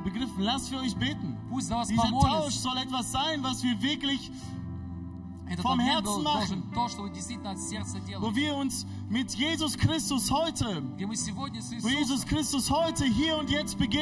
[SPEAKER 1] begriffen. Lasst für euch beten.
[SPEAKER 2] Пусть за вас
[SPEAKER 1] Dieser Tausch
[SPEAKER 2] помолятся.
[SPEAKER 1] soll etwas sein, was wir wirklich,
[SPEAKER 2] Этот
[SPEAKER 1] vom
[SPEAKER 2] обмен
[SPEAKER 1] Herzen
[SPEAKER 2] дол-
[SPEAKER 1] machen.
[SPEAKER 2] должен то, что вы действительно от сердца
[SPEAKER 1] wo
[SPEAKER 2] делаете.
[SPEAKER 1] wir uns mit Jesus Christus heute,
[SPEAKER 2] Где мы сегодня с
[SPEAKER 1] wo
[SPEAKER 2] Иисусом
[SPEAKER 1] Jesus Christus heute hier und jetzt begegnen.